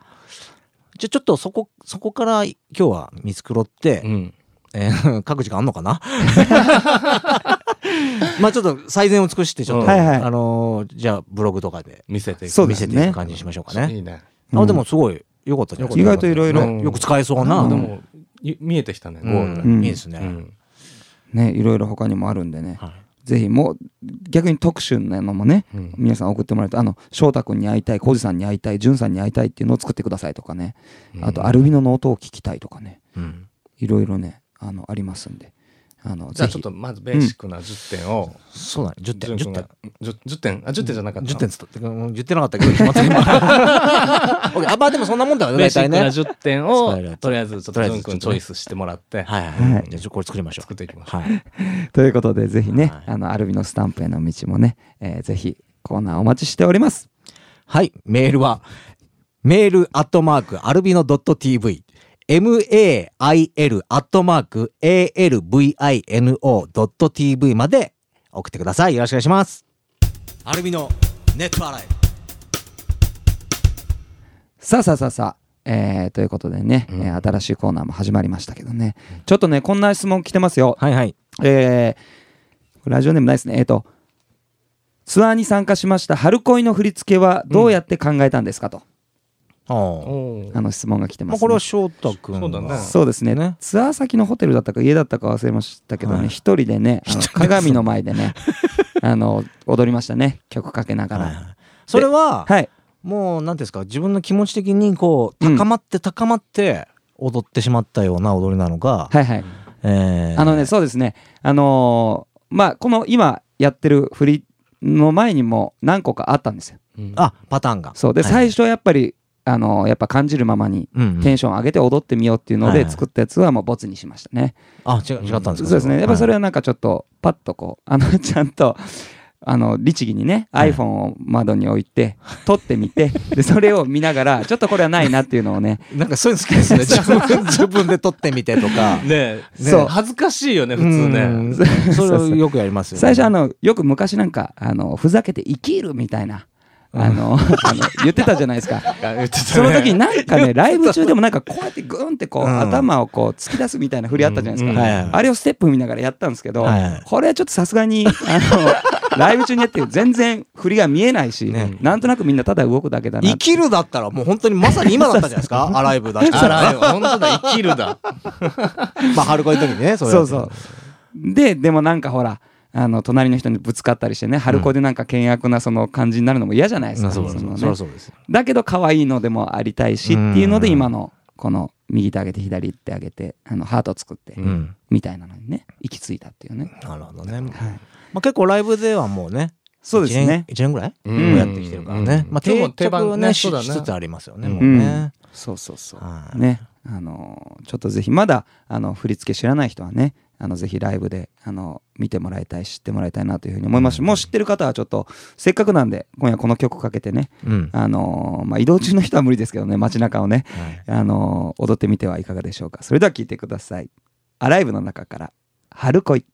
Speaker 3: じゃあちょっとそこそこから今日は見繕って、
Speaker 2: うん
Speaker 3: えー 書く時間あんのかなまあちょっと最善を尽くしてちょっと、
Speaker 2: うん
Speaker 1: はいはい
Speaker 3: あのーじゃあブログとかで
Speaker 2: 見せていく
Speaker 1: そうで
Speaker 3: 見
Speaker 1: す
Speaker 3: せ
Speaker 1: ね
Speaker 3: ていく感じにしましょうかね
Speaker 2: いいね
Speaker 1: う
Speaker 3: あ
Speaker 1: ん
Speaker 3: でもすごい良かったじゃない
Speaker 1: 意外といろいろ
Speaker 3: ねよく使えそうな、
Speaker 1: うん
Speaker 2: で
Speaker 3: うん
Speaker 2: もい見えてきたねゴ
Speaker 3: ゴ
Speaker 2: ー
Speaker 3: ー
Speaker 2: ルが
Speaker 3: ル
Speaker 2: ね
Speaker 3: いいですね、
Speaker 2: うん
Speaker 1: ねいろいろ他にもあるんでね
Speaker 3: はい
Speaker 1: ぜひもう逆に特集なのもね
Speaker 2: うん
Speaker 1: 皆さん送ってもらえるとあの翔太君に会いたい浩二さんに会いたい潤さんに会いたいっていうのを作ってくださいとかね、あとアルビノの音を聞きたいとかね
Speaker 3: うん
Speaker 1: いろいろねあのありますんであの
Speaker 2: じゃ
Speaker 1: ぜ
Speaker 2: あちょ
Speaker 1: ひ
Speaker 2: っとまずベーシックな10点を
Speaker 3: そうだね10点
Speaker 2: 順
Speaker 3: 10
Speaker 2: 君
Speaker 3: 点
Speaker 2: が10 10点あ10点じゃなかった
Speaker 3: 10点つったってうん言ってなかったけど決ま った今 OK あまあでもそんなもんだよ
Speaker 2: ベー
Speaker 3: 大
Speaker 2: シッ
Speaker 3: 体
Speaker 2: ク
Speaker 3: ね
Speaker 2: な
Speaker 3: はい
Speaker 2: 10点
Speaker 3: 使える
Speaker 2: を
Speaker 3: やつ
Speaker 2: とりあえずちょっ
Speaker 3: と
Speaker 2: と
Speaker 3: りあえず
Speaker 2: 潤君チョイスしてもらって
Speaker 3: はい
Speaker 1: は
Speaker 3: はいいじゃあちょこれ作りましょ
Speaker 2: 作っていきまし
Speaker 3: う
Speaker 2: ょ
Speaker 3: はい
Speaker 1: ということでぜひね、
Speaker 3: はい
Speaker 1: あのアルビノスタンプへの道もね、えーぜひコーナーお待ちしております
Speaker 3: はい、メールは、メールアットマークアルビノ .tv、mail アットマーク alvino.tv まで送ってください。よろしくお願いします。アルビノネットアライ
Speaker 1: さあさあさあさあえーということでね、
Speaker 2: うん
Speaker 1: えー新しいコーナーも始まりましたけどね、ちょっとねこんな質問来てますよ、
Speaker 3: はいはい。
Speaker 1: えーラジオネームないですねえっ、とツアーに参加しました春恋の振り付けはどうやって考えたんですかと、
Speaker 3: あ
Speaker 2: う
Speaker 3: ー
Speaker 2: おー
Speaker 1: あの質問が来てま
Speaker 3: まあ、
Speaker 1: す、ね
Speaker 3: これは翔太君
Speaker 2: そうだね
Speaker 1: そうですね
Speaker 3: ね
Speaker 1: ツアー先のホテルだったか家だったか忘れましたけど
Speaker 3: は
Speaker 1: ね
Speaker 3: い
Speaker 1: 一、人でねあの鏡の前で ねあの踊りましたね曲かけながら
Speaker 3: はい
Speaker 1: は、
Speaker 3: はいいそれは、
Speaker 1: はい
Speaker 3: もう、なんていうんですか、自分の気持ち的に、こう、
Speaker 1: うん
Speaker 3: 高まって高まって、踊ってしまったような踊りなのか、
Speaker 1: はい
Speaker 3: えー
Speaker 1: あのねそうですねあのーまあこの今やってる振りの前にも何個かあったんですよ
Speaker 2: うん
Speaker 3: あ、パターンが。
Speaker 1: そうで
Speaker 3: はい
Speaker 1: 最初やっぱり、あのーやっぱ感じるままに
Speaker 3: うんうん
Speaker 1: テンション上げて踊ってみようっていうの
Speaker 3: はい
Speaker 1: で
Speaker 3: はい
Speaker 1: 作ったやつはもうボツにしましたね、
Speaker 3: あ、違う違ったんです
Speaker 1: そう
Speaker 3: か。
Speaker 1: ですねやっぱそれ
Speaker 3: は
Speaker 1: はなんかちょっとパッとこうあのちゃんとあの律儀にね
Speaker 3: はい
Speaker 1: iPhone を窓に置いて撮ってみてでそれを見ながらちょっとこれはないなっていうのをね
Speaker 3: なんかそういうの好きですね自分自分で撮ってみてとか
Speaker 2: ねえ
Speaker 1: そう
Speaker 2: 恥ずかしいよね普通ね
Speaker 3: ね それをよくやりますよね
Speaker 1: 最初あのよく昔なんかあのふざけて生きるみたいなあの あの言ってたじゃないです かその時になんかね、ライブ中でもなんかこうやってグーンってこう、
Speaker 3: うん
Speaker 1: 頭をこう突き出すみたいな振りあったじゃないですか。
Speaker 2: うん
Speaker 3: はいはい
Speaker 1: あれをステップ見ながらやったんですけど、
Speaker 3: はいはい
Speaker 1: これはちょっとさすがに、 あの、ライブ中にやって全然振りが見えないし、
Speaker 3: ね
Speaker 1: なんとなくみんなただ動くだけだな
Speaker 3: 生。きるだったらもう本当にまさに今だったじゃないですかアライブ出して
Speaker 2: あ
Speaker 3: たら
Speaker 2: ら本当だ生きるだ
Speaker 3: まあ春恋の時にねそれ
Speaker 1: そうそう。で、でもなんかほら、あの隣の人にぶつかったりしてね、春子でなんか険悪なその感じになるのも嫌じゃないです
Speaker 3: ま
Speaker 1: か。
Speaker 3: あそうそう
Speaker 1: そのね
Speaker 3: そりゃそうです
Speaker 1: だけど可愛いのでもありたいしっていうので、今のこの右手上げて左手上げて、あのハート作って、
Speaker 3: うん
Speaker 1: みたいなのにね行き着いたっていうね、
Speaker 3: なるほどねま
Speaker 1: はい、
Speaker 3: あ結構ライブではもうね
Speaker 1: そうですね
Speaker 3: 1年ぐらい
Speaker 2: うん
Speaker 3: もうやってきてるからねまあ
Speaker 2: 今日も
Speaker 3: 定
Speaker 2: 定番
Speaker 3: 着をね
Speaker 2: ね
Speaker 3: し
Speaker 2: そうだね
Speaker 3: しつつありますよね
Speaker 2: うん
Speaker 3: もうね
Speaker 1: そうそうそう、
Speaker 3: はい
Speaker 1: ねあのーちょっとぜひまだあの振り付け知らない人はねあのぜひライブであの見てもらいたい知ってもらいたいなというふうに思いますし、もう知ってる方はちょっとせっかくなんで今夜この曲かけてね、
Speaker 3: うん
Speaker 1: あのーまあ、移動中の人は無理ですけどね街中をね、あのー踊ってみてはいかがでしょうかそれでは聴いてください「アライブ」の中から「春恋」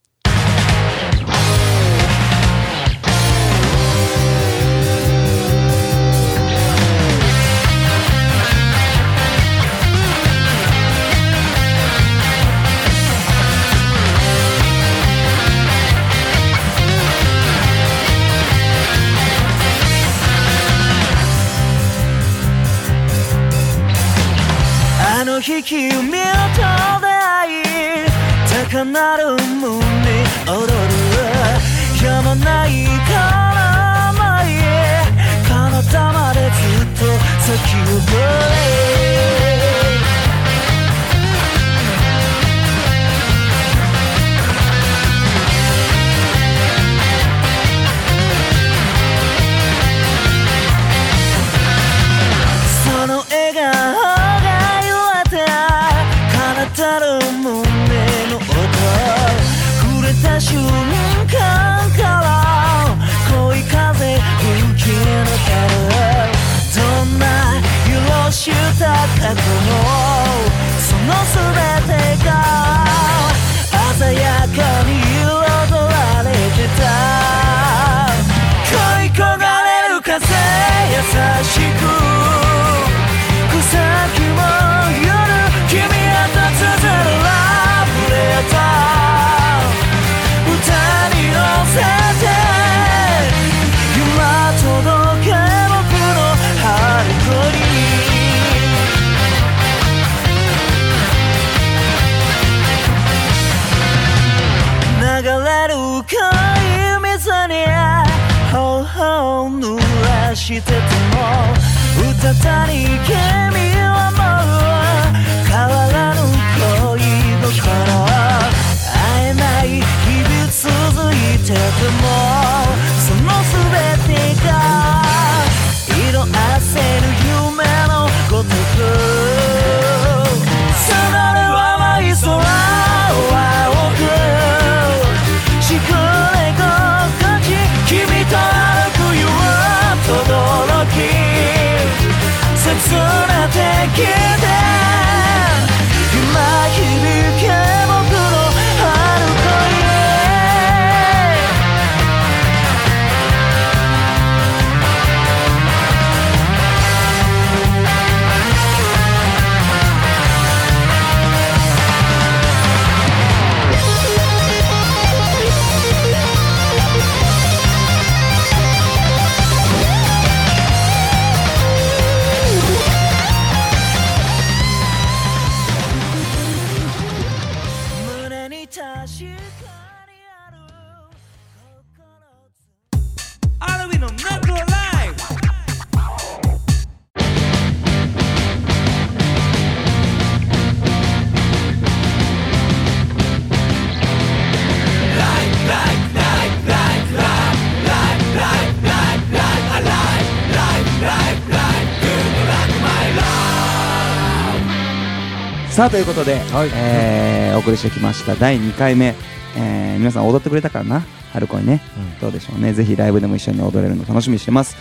Speaker 5: あの日君と出会い高鳴る胸に踊るやまないから前へ彼方までずっと先をぶれその笑顔が揺れた体の胸の音触れた瞬間から濃い風吹き抜けるどんな色した過去もその全てが鮮やかに彩られてた恋焦がれる風優しく草木も夜君はたつづるラブレター歌に乗せて今届け僕の春子に流れる恋水に頬を濡らしててもうたたに君はもう変わらぬ恋のから会えない日々続いててもその全てが色あせる夢のごとくさらる甘い空を青くしくれ心地君と歩くよ轟き切な敵で今響け僕の春恋胸に確かにあるアルビのネットライブ
Speaker 1: さあということで、えーお送りしてきました第2回目、えー皆さん踊ってくれたかな春恋ね、
Speaker 3: うん
Speaker 1: どうでしょうねぜひライブでも一緒に踊れるの楽しみにしてます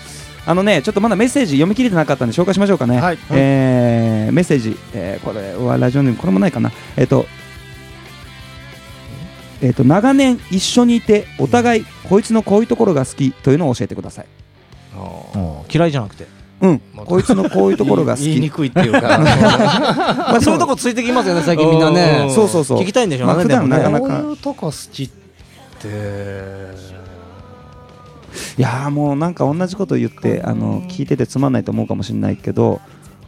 Speaker 1: あのねちょっとまだメッセージ読み切れてなかったんで紹介しましょうかね、
Speaker 2: はい
Speaker 1: えーメッセージ、えーこれはラジオネームこれもないかなえっ、とえっ、と長年一緒にいてお互いこいつのこういうところが好きというのを教えてください
Speaker 2: あ
Speaker 3: 嫌いじゃなくて
Speaker 1: うん
Speaker 2: また
Speaker 1: こいつのこういうところが好
Speaker 2: ー言いに
Speaker 1: き
Speaker 2: くいって いうか
Speaker 1: まあ
Speaker 3: そういうとこついてきますよね最近みんな
Speaker 2: うん
Speaker 3: ね
Speaker 1: そうそうそう
Speaker 3: 聞きたいんでしょう
Speaker 1: ま
Speaker 3: ね
Speaker 1: あ普段な
Speaker 3: で
Speaker 1: か
Speaker 3: も
Speaker 1: なか
Speaker 3: ね
Speaker 2: こういうとこ好きって
Speaker 1: いやーもうなんか同じこと言ってあの聞いててつまんないと思うかもしれないけど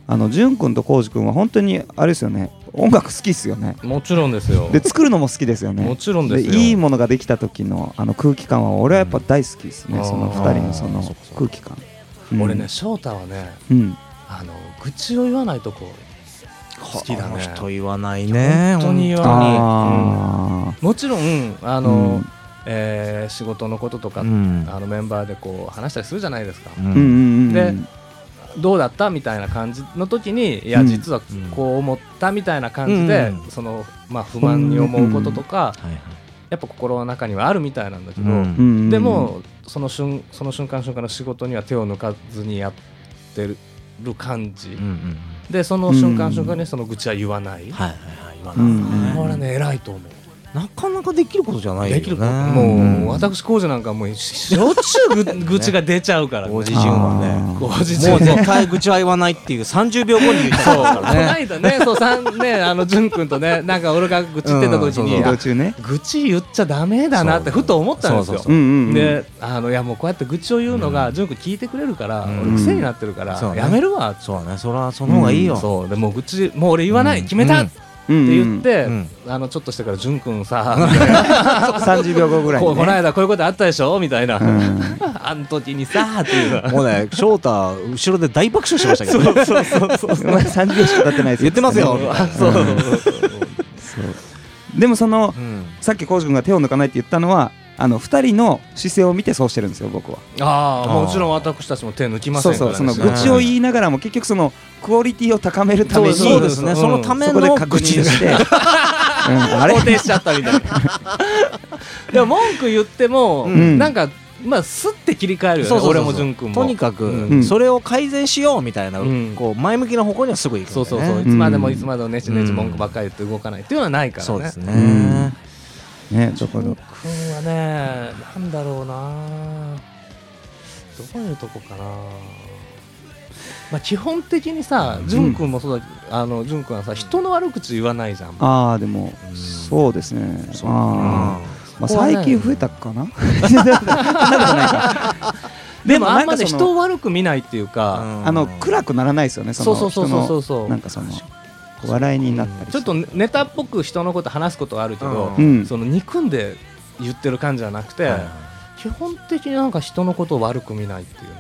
Speaker 1: あの潤君と浩二君は本当にあれですよね音楽好きですよね
Speaker 2: もちろんですよ
Speaker 1: で作るのも好きですよね
Speaker 2: もちろんですよ
Speaker 1: いいものができた時のあの空気感は俺はやっぱ大好きですね、
Speaker 2: うん
Speaker 1: その
Speaker 2: あ
Speaker 1: 二
Speaker 2: ー
Speaker 1: 人のその
Speaker 3: そっかそっか
Speaker 1: 空気感、うん
Speaker 2: 俺ね翔太はね
Speaker 1: うん
Speaker 2: あの愚痴を言わないとこ好きだ
Speaker 3: この
Speaker 2: ね
Speaker 3: 人言わないね
Speaker 2: 本当に言わない
Speaker 1: あ
Speaker 2: もちろんあ
Speaker 1: あ
Speaker 2: の、えー仕事のこととか、
Speaker 3: うん
Speaker 2: あのメンバーでこう話したりするじゃないですか、
Speaker 1: うんうんうんうん
Speaker 2: でどうだったみたいな感じの時にいや
Speaker 1: うん
Speaker 2: 実はこう思ったみたいな感じで、
Speaker 3: うん
Speaker 2: そのまあ、不満に思うこととか、
Speaker 3: はいはい
Speaker 2: やっぱ心の中にはあるみたいなんだけど、
Speaker 1: うんうんうん
Speaker 2: でもその瞬その瞬間瞬間の仕事には手を抜かずにやってる感じ、
Speaker 3: うんうん
Speaker 2: でその瞬間瞬間にその愚痴は言わない、
Speaker 3: はいはいはい言わ
Speaker 1: う
Speaker 3: ない
Speaker 1: んうん
Speaker 2: これはね偉いと思う。
Speaker 3: なかなかできることじゃないよね
Speaker 2: できることもう、私工事なんかもうしょっちゅうぐ愚痴が出ちゃうから、ね、
Speaker 3: おじじゅんはね
Speaker 2: 工事
Speaker 3: も
Speaker 2: 中
Speaker 3: う絶対愚痴は言わないっていう30秒後に言っ
Speaker 2: そ
Speaker 3: た
Speaker 2: う、こ
Speaker 3: か
Speaker 2: の
Speaker 3: らね
Speaker 2: 間ね、そう、さん、ね、あの、じゅん君とね、なんか俺が愚痴ってた時
Speaker 3: うん
Speaker 1: 移
Speaker 2: に
Speaker 3: そ、
Speaker 1: 動中ね
Speaker 2: あ愚痴言っちゃダメだなってふと思ったんです
Speaker 3: そう
Speaker 2: よ
Speaker 3: そ。
Speaker 1: んうんうん
Speaker 2: で、あの、いや、もうこうやって愚痴を言うのが、じゅん君聞いてくれるから、
Speaker 3: うん
Speaker 2: 俺癖になってるから
Speaker 3: そう、ね
Speaker 2: やめるわ。
Speaker 3: そうだねそれはその方がいいよ、
Speaker 2: そう、でもう愚痴、もう俺言わな
Speaker 3: う
Speaker 2: い、
Speaker 3: ん
Speaker 2: 決め
Speaker 3: う
Speaker 2: た
Speaker 3: ん
Speaker 2: っ
Speaker 1: う
Speaker 2: て
Speaker 1: んうん
Speaker 2: 言って
Speaker 3: うん、
Speaker 2: あの、ちょっとしてから、じゅん君 さ。
Speaker 1: 30秒後ぐらい
Speaker 2: こう
Speaker 1: に、
Speaker 2: この
Speaker 1: ね
Speaker 2: 間こういうことあったでしょみたいな、
Speaker 1: ん
Speaker 2: あの時にさっていうのは
Speaker 3: もうね翔太後ろで大爆笑してましたけど、ね、
Speaker 1: まだ30秒しか経ってないです
Speaker 3: 言ってますよみたいな
Speaker 2: そうそうそうそう
Speaker 1: でもその
Speaker 3: うん
Speaker 1: さっき浩司君が手を抜かないって言ったのはあの2人の姿勢を見てそうしてるんですよ僕は、
Speaker 2: ああ
Speaker 3: あー
Speaker 2: もちろん私たちも手抜きませ
Speaker 1: そ
Speaker 2: ん
Speaker 1: う
Speaker 2: から、
Speaker 1: そ
Speaker 2: ね、
Speaker 1: うその
Speaker 2: しない
Speaker 1: 愚痴を言いながらも結局そのクオリティを高めるために
Speaker 2: そう
Speaker 3: そうですね、
Speaker 2: うん
Speaker 3: そのため
Speaker 1: そ
Speaker 3: の
Speaker 1: こで確認
Speaker 3: 口
Speaker 1: して、うん、あ れ
Speaker 2: 肯定しちゃったみたいなでも文句言っても、
Speaker 1: うん
Speaker 2: なんかまあすって切り替えるよね
Speaker 3: そうそうそう
Speaker 2: 俺も淳君も
Speaker 3: とにか
Speaker 2: う
Speaker 3: く
Speaker 1: ん
Speaker 3: それを改善しようみたいな、
Speaker 2: うん
Speaker 3: こう前向きな方向にはすぐ行くんだ
Speaker 2: そ
Speaker 3: よ
Speaker 2: う
Speaker 3: ね
Speaker 2: そうそう、いつまでもいつまでもねちねち文句ばっかり言って動かないっていうのはないからね
Speaker 3: そうですね、
Speaker 1: うんねだから
Speaker 2: 君はねなんだろうなどういうとこかなまあ基本的にさ淳君もそうだ、あの淳君はさ人の悪口言わないじゃん
Speaker 1: ああでもそうですねあー、まあ
Speaker 2: そこはね
Speaker 1: 最近増えたかな そんなことないか
Speaker 2: でもあん
Speaker 1: な
Speaker 2: まり
Speaker 1: かそ
Speaker 2: 人
Speaker 1: の
Speaker 2: を悪く見ないっていうか、
Speaker 1: あの暗くならないですよねその
Speaker 2: そうそうそうそうそう
Speaker 1: 人のなんかその笑いになったり
Speaker 2: ちょっとネタっぽく人のこと話すことはあるけど、
Speaker 1: うんうん
Speaker 2: その憎んで言ってる感じじゃなくて、基本的になんか人のことを悪く見ないっていうね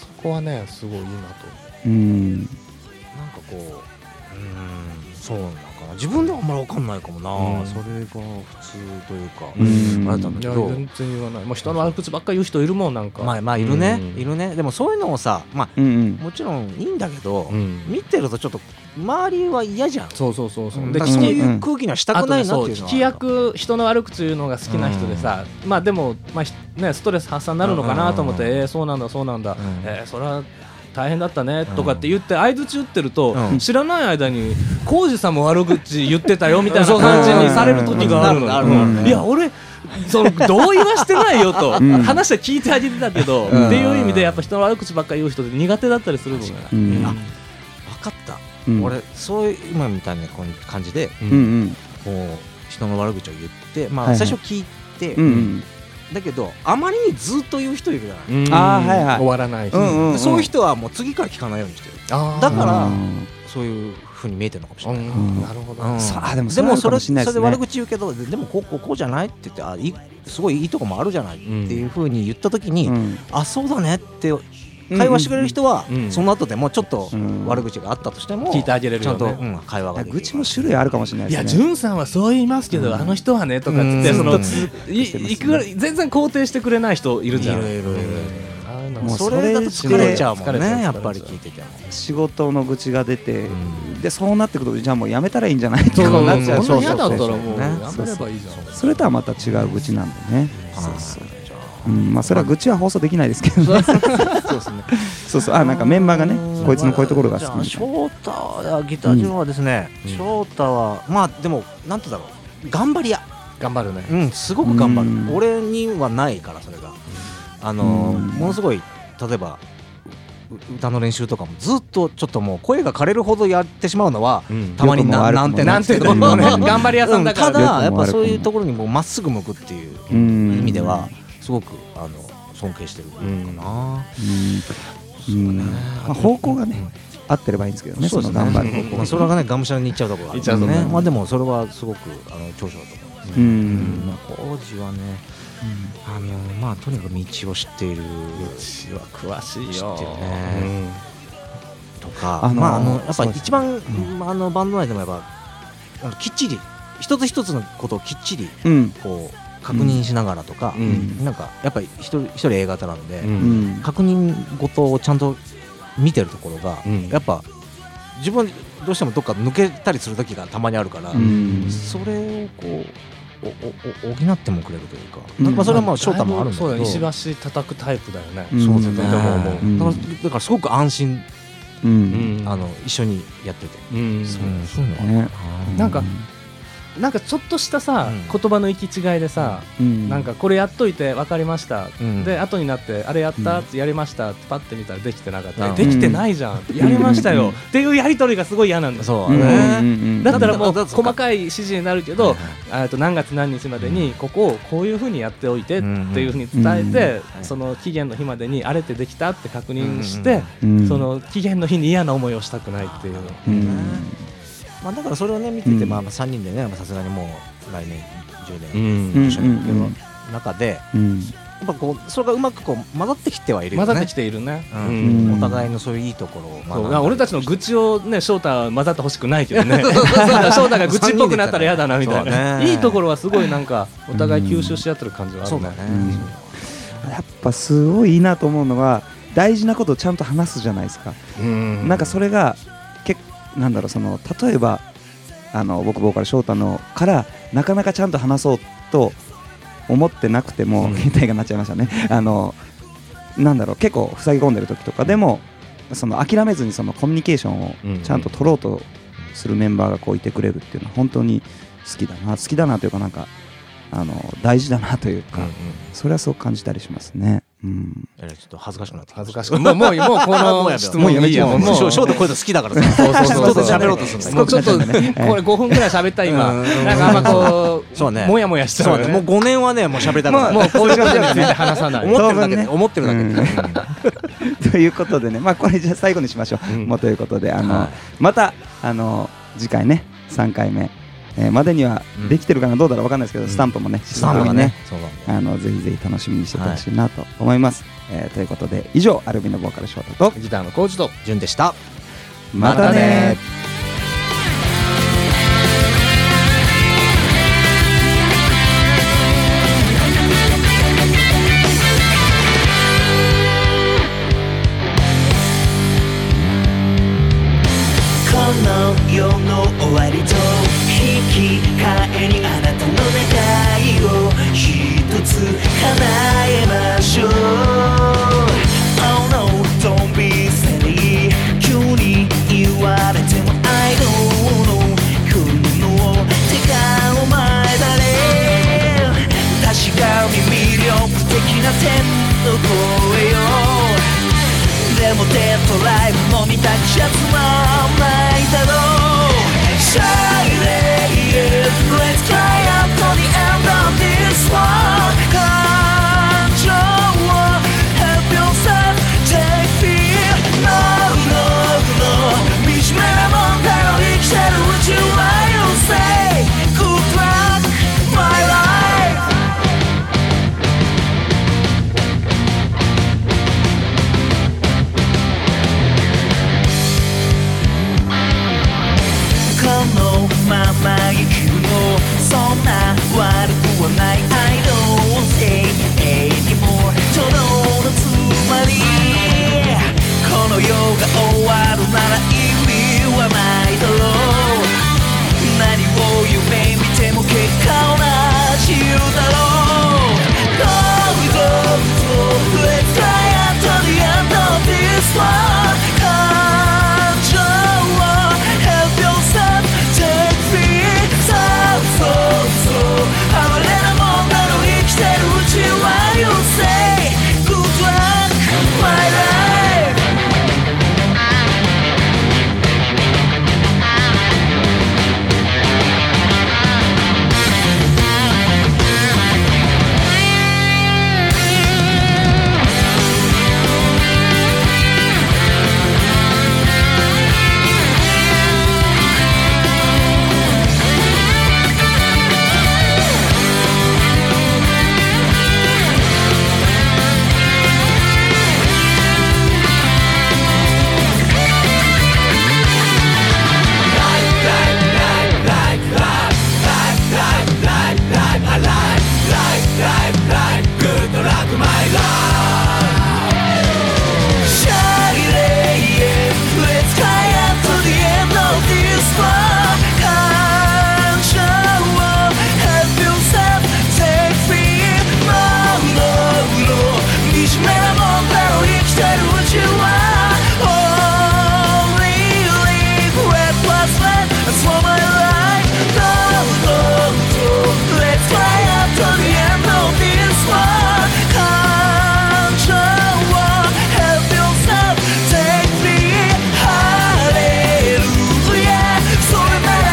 Speaker 2: そこはねすごいいいなと思
Speaker 1: うん
Speaker 3: なんかこううんそうなのかな自分ではあんまりわかんないかもな、
Speaker 2: うん
Speaker 3: それが普通というか、
Speaker 1: うん
Speaker 3: あれだね
Speaker 2: ういや
Speaker 3: どう
Speaker 2: 全然言わないもう人の悪口ばっかり言う人いるもんなんか、
Speaker 3: まあまあいるね、
Speaker 2: うん
Speaker 3: いるねでもそういうのをさま
Speaker 1: うんうん
Speaker 3: あもちろんいいんだけど、
Speaker 2: うん
Speaker 3: 見てるとちょっと周りは嫌じゃん
Speaker 2: そうそうそうそう、
Speaker 3: うん
Speaker 2: で
Speaker 3: だ
Speaker 1: ん
Speaker 3: からそうい
Speaker 1: ん
Speaker 3: う空気にはした
Speaker 2: あ
Speaker 3: く
Speaker 2: と
Speaker 3: な
Speaker 2: ね
Speaker 3: いなっ
Speaker 2: そう
Speaker 3: ていう
Speaker 2: 聞
Speaker 3: のは
Speaker 2: き役人の悪口言うのが好きな人でさ、まあでも、まあひね、ストレス発散になるのかなと思って、
Speaker 3: うん
Speaker 2: えーそうなんだそうなんだ、
Speaker 3: ん
Speaker 2: えーそれは大変だったねとかって言って相槌打ってると、
Speaker 3: うん
Speaker 2: 知らない間に浩二さんも悪口言ってたよみたいな感じにされる時があるの
Speaker 3: うんうんうんうんなるなるな
Speaker 2: よ
Speaker 3: る
Speaker 2: いや俺その同意はしてないよと、
Speaker 1: ん
Speaker 2: 話は聞いてあげてたけど、
Speaker 3: ん
Speaker 2: っていう意味でやっぱ人の悪口ばっかり言う人って苦手だったりするのよ、
Speaker 1: うん
Speaker 3: あ分かった、
Speaker 1: うん
Speaker 3: 俺そういう今みたいなこういう感じで
Speaker 1: うんうん
Speaker 3: こう人の悪口を言って、ま
Speaker 1: はい
Speaker 3: あ、
Speaker 1: はい
Speaker 3: 最初聞いて、
Speaker 1: うんうん
Speaker 3: だけどあまりにずっと言う人いるじゃない、
Speaker 2: うん
Speaker 1: あーはいはい
Speaker 2: 終わらない、
Speaker 1: うんうん
Speaker 3: でそういう人はもう次から聞かないようにしてる
Speaker 2: あー
Speaker 3: だから
Speaker 1: うん
Speaker 3: そういうふうに見えてるのかもし
Speaker 2: う
Speaker 3: れない、
Speaker 2: んなるほど、
Speaker 3: うん
Speaker 1: さあでもそ
Speaker 3: で
Speaker 1: れはあるか
Speaker 3: もそ
Speaker 1: も
Speaker 3: れ
Speaker 1: しれないですね
Speaker 3: それで悪口言うけどででもこうこうこうじゃないって言ってあいいすごいいいとこもあるじゃないって
Speaker 2: うん
Speaker 3: いうふうに言った時に、
Speaker 1: うん
Speaker 3: あそうだねって会話してくれる人は、
Speaker 2: うん
Speaker 3: その後でもちょっと
Speaker 1: うん
Speaker 3: 悪口があったとしても、
Speaker 2: 聞いてあげれる
Speaker 3: ちゃ
Speaker 2: よ
Speaker 3: ん
Speaker 2: ね
Speaker 3: と、うん会話ができる
Speaker 1: 愚痴も種類あるかもしれない
Speaker 2: いや、
Speaker 1: ですね。
Speaker 2: 潤さんはそう言いますけど、あの人はねとかっつって、
Speaker 3: うん
Speaker 2: その
Speaker 3: ず
Speaker 2: いいくら全然肯定してくれない人いるじゃん。
Speaker 3: いるいるいる
Speaker 2: ああいうのな
Speaker 1: もう
Speaker 3: それだと疲れちゃうもん
Speaker 2: 疲れちゃう
Speaker 3: ねやっぱり聞いてても
Speaker 1: 仕事の愚痴が出て、
Speaker 3: うん
Speaker 1: でそうなってくるとじゃあもうやめたらいいんじゃないと
Speaker 2: そ
Speaker 1: か
Speaker 2: う
Speaker 1: なっちゃう
Speaker 2: そんな
Speaker 1: そ
Speaker 2: 嫌
Speaker 1: う
Speaker 2: だ
Speaker 1: そ
Speaker 2: っ
Speaker 1: うそ
Speaker 2: た
Speaker 1: う
Speaker 2: らもうやめればいいじゃん
Speaker 1: それとはまた違う愚痴なんでね、
Speaker 3: そうそう
Speaker 1: うんまあ、それは愚痴は放送できないですけど、
Speaker 2: そうですね
Speaker 1: そうそうあなんかメンバーがねこいつのこういうところが好きみ
Speaker 3: じ
Speaker 1: た
Speaker 3: ゃあ
Speaker 1: いな
Speaker 3: 翔太はギター順はですね、
Speaker 2: うん
Speaker 3: 翔太はまあでもなんてだろう頑張り屋
Speaker 2: 頑張るね
Speaker 3: うんすごく頑張る、
Speaker 1: うん
Speaker 3: 俺にはないからそれがあのー
Speaker 1: うん
Speaker 3: ものすごい例えばうう歌の練習とかもずっとちょっともう声が枯れるほどやってしまうのは
Speaker 2: うん
Speaker 3: たまにな
Speaker 1: 良
Speaker 3: な
Speaker 1: くも悪くも
Speaker 3: んて
Speaker 1: ね
Speaker 2: なん
Speaker 3: です
Speaker 2: て
Speaker 3: け
Speaker 2: いう
Speaker 3: ど
Speaker 2: の
Speaker 1: うん
Speaker 2: 頑張り屋さんだか
Speaker 3: た
Speaker 2: ら
Speaker 3: だや
Speaker 1: 良く
Speaker 3: っ
Speaker 1: も
Speaker 3: ぱ
Speaker 1: 悪くも
Speaker 3: そういうところにもうまっすぐ向くっていう
Speaker 1: うん
Speaker 3: 意味ではすごくあの尊敬してるか
Speaker 1: う
Speaker 3: な、
Speaker 1: んうんまあ方向がね合ってればいいんですけどねその頑張る方向
Speaker 3: まあ、それがねがむしゃらにいっちゃうところがあるんで
Speaker 1: い
Speaker 3: す
Speaker 1: っちゃうとこ
Speaker 3: ね
Speaker 1: ね
Speaker 3: まあでもそれはすごくあの長所だと思います
Speaker 1: う
Speaker 3: ね
Speaker 1: ん
Speaker 3: まあ工事はねあのまあとにかく道を知っている道は詳しいよ知ってるねとか、
Speaker 1: あのー
Speaker 3: まああのやっ
Speaker 1: そ
Speaker 3: ぱ
Speaker 1: う
Speaker 3: り
Speaker 1: ですね
Speaker 3: 一番、まああのバンド内でもやっぱあのきっちり一つ一つのことをきっちり
Speaker 1: うん
Speaker 3: こう確認しながらとか、
Speaker 1: ん
Speaker 3: なんかやっぱり一人一人 A 型なんで、
Speaker 1: うんん
Speaker 3: 確認事をちゃんと見てるところが、
Speaker 2: うん
Speaker 3: やっぱ自分どうしてもどっか抜けたりする時がたまにあるから、
Speaker 1: うん
Speaker 3: それをこうおおお補ってもくれるというか,、
Speaker 1: うん
Speaker 3: まあ、それはまあ翔太もあるんだけ
Speaker 2: そう
Speaker 3: ど
Speaker 2: だね石橋叩くタイプだよね
Speaker 1: うん
Speaker 3: そうだね
Speaker 2: とても思う
Speaker 1: うん
Speaker 3: だからだからすごく安心、
Speaker 1: うん
Speaker 3: あの一緒にやってて、
Speaker 2: うん
Speaker 3: そうそういうのは
Speaker 1: ね
Speaker 3: あ
Speaker 2: なんかなんかちょっとしたさ
Speaker 3: うん
Speaker 2: 言葉の行き違いでさ
Speaker 1: うん
Speaker 2: なんかこれやっといて分かりました、
Speaker 3: うん
Speaker 2: で後になってあれやった、
Speaker 1: う
Speaker 2: やりましたってパッて見たらできてなかった、
Speaker 3: うん
Speaker 2: できてないじゃん、やりましたよ、
Speaker 1: うん
Speaker 2: っていうやり取りがすごい嫌なんだ
Speaker 3: そううんね、
Speaker 1: うん
Speaker 2: だったらも
Speaker 3: だ
Speaker 2: う
Speaker 3: から
Speaker 2: 細かい指示になるけ
Speaker 3: は
Speaker 2: ど
Speaker 3: い
Speaker 2: えっと何月何日までにここをこういうふうにやっておいてっていうふうに伝え
Speaker 3: うん
Speaker 2: てその期限の日までにあれってできたって確認し
Speaker 3: うん
Speaker 2: て
Speaker 1: うん
Speaker 2: その期限の日に嫌な思いをしたくないっていう
Speaker 1: うん
Speaker 3: まあ、だからそれをね見てて、
Speaker 1: うん
Speaker 3: まあ、3人でねまあさすがにもう来年10年
Speaker 1: うん
Speaker 3: 一緒にやるけど、
Speaker 1: うんうん
Speaker 3: 中でや
Speaker 1: うん
Speaker 3: っぱこうそれがうまくこう混ざってきてはいるよね
Speaker 2: 混ざってきているね。
Speaker 3: う
Speaker 2: うん
Speaker 1: う
Speaker 3: ん
Speaker 1: ん
Speaker 3: お互いのそういういいところを学んだり
Speaker 2: そうだから俺たちの愚痴をね翔太は混ざってほしくないけど ね翔太が愚痴っぽくなったら嫌だなみたい
Speaker 3: そう
Speaker 2: な
Speaker 3: ね
Speaker 2: いいところはすごいなんかお互い吸収し合ってる感じはあ
Speaker 3: そ
Speaker 2: る
Speaker 3: うだね
Speaker 2: ね、
Speaker 1: うんやっぱすごいいいなと思うのは大事なことをちゃんと話すじゃないですか、なんかそれがけなんだろうその例えばあの僕ボーカル翔太のからなかなかちゃんと話そうと思ってなくても、携帯がなっちゃいましたねあのなんだろう結構塞ぎ込んでる時とかでもその諦めずにそのコミュニケーションをちゃんと取ろうとするメンバーがこういてくれるっていうのは本当に好きだな好きだなというかなんかあの大事だなというか、それはそう感じたりしますね。うん、
Speaker 3: えらいちょっと恥ずかしくなってきた
Speaker 2: 恥ずかしくもうも うもうこ
Speaker 3: もうやめよ
Speaker 2: の
Speaker 3: う
Speaker 2: 質問いいよ
Speaker 1: もうやめちゃおう
Speaker 3: もう
Speaker 2: もう
Speaker 3: 翔翔太こういうの好きだからさ
Speaker 2: そうそうそう
Speaker 3: 人と喋ろうとするんだけど
Speaker 2: もうちょっとこれ5分ぐらい喋った今
Speaker 3: うん
Speaker 2: なんかあんまこう
Speaker 3: そうね
Speaker 2: もやもやしちゃ
Speaker 3: そう
Speaker 2: う
Speaker 3: だ
Speaker 2: よ
Speaker 3: ねもう
Speaker 2: ね
Speaker 3: 5年はねもう喋りたくない
Speaker 2: もうこういう ことについて話さない
Speaker 3: 思ってる
Speaker 1: 当
Speaker 3: だけで
Speaker 1: 分ね
Speaker 3: 思ってるだけ で
Speaker 1: ということでね、まあ、これじゃあ最後にしましょう。もうということであの、
Speaker 3: はい
Speaker 1: またあの次回ね3回目、えーまでには
Speaker 3: うん
Speaker 1: できてるかなどうだろうわかんないですけど、スタンプもね
Speaker 3: スタンプがねそうなんだよ
Speaker 1: あのぜひぜひ楽しみにしててほしいなと思います。えーということで以上アルビのボーカル翔太と
Speaker 2: ギターのコーチと
Speaker 3: 潤でした
Speaker 1: また
Speaker 2: また
Speaker 1: ね
Speaker 2: ね
Speaker 5: この世の終わりと引き換えにあなたの願いを一つ叶えましょう Oh no, don't be silly 急に言われても I don't know 来るのをてかお前だね確かに魅力的な天の声よでもデッドライブも見たくちゃつまんないだろう Shy lady, let's fly up to the end of this walk 感情を Help yourself, take fear No, no, no 惨めな問題を生きてるうちは You say good luck, my life この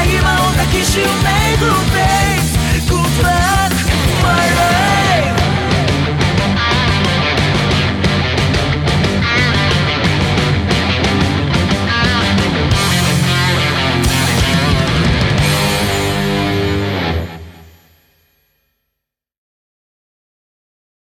Speaker 5: you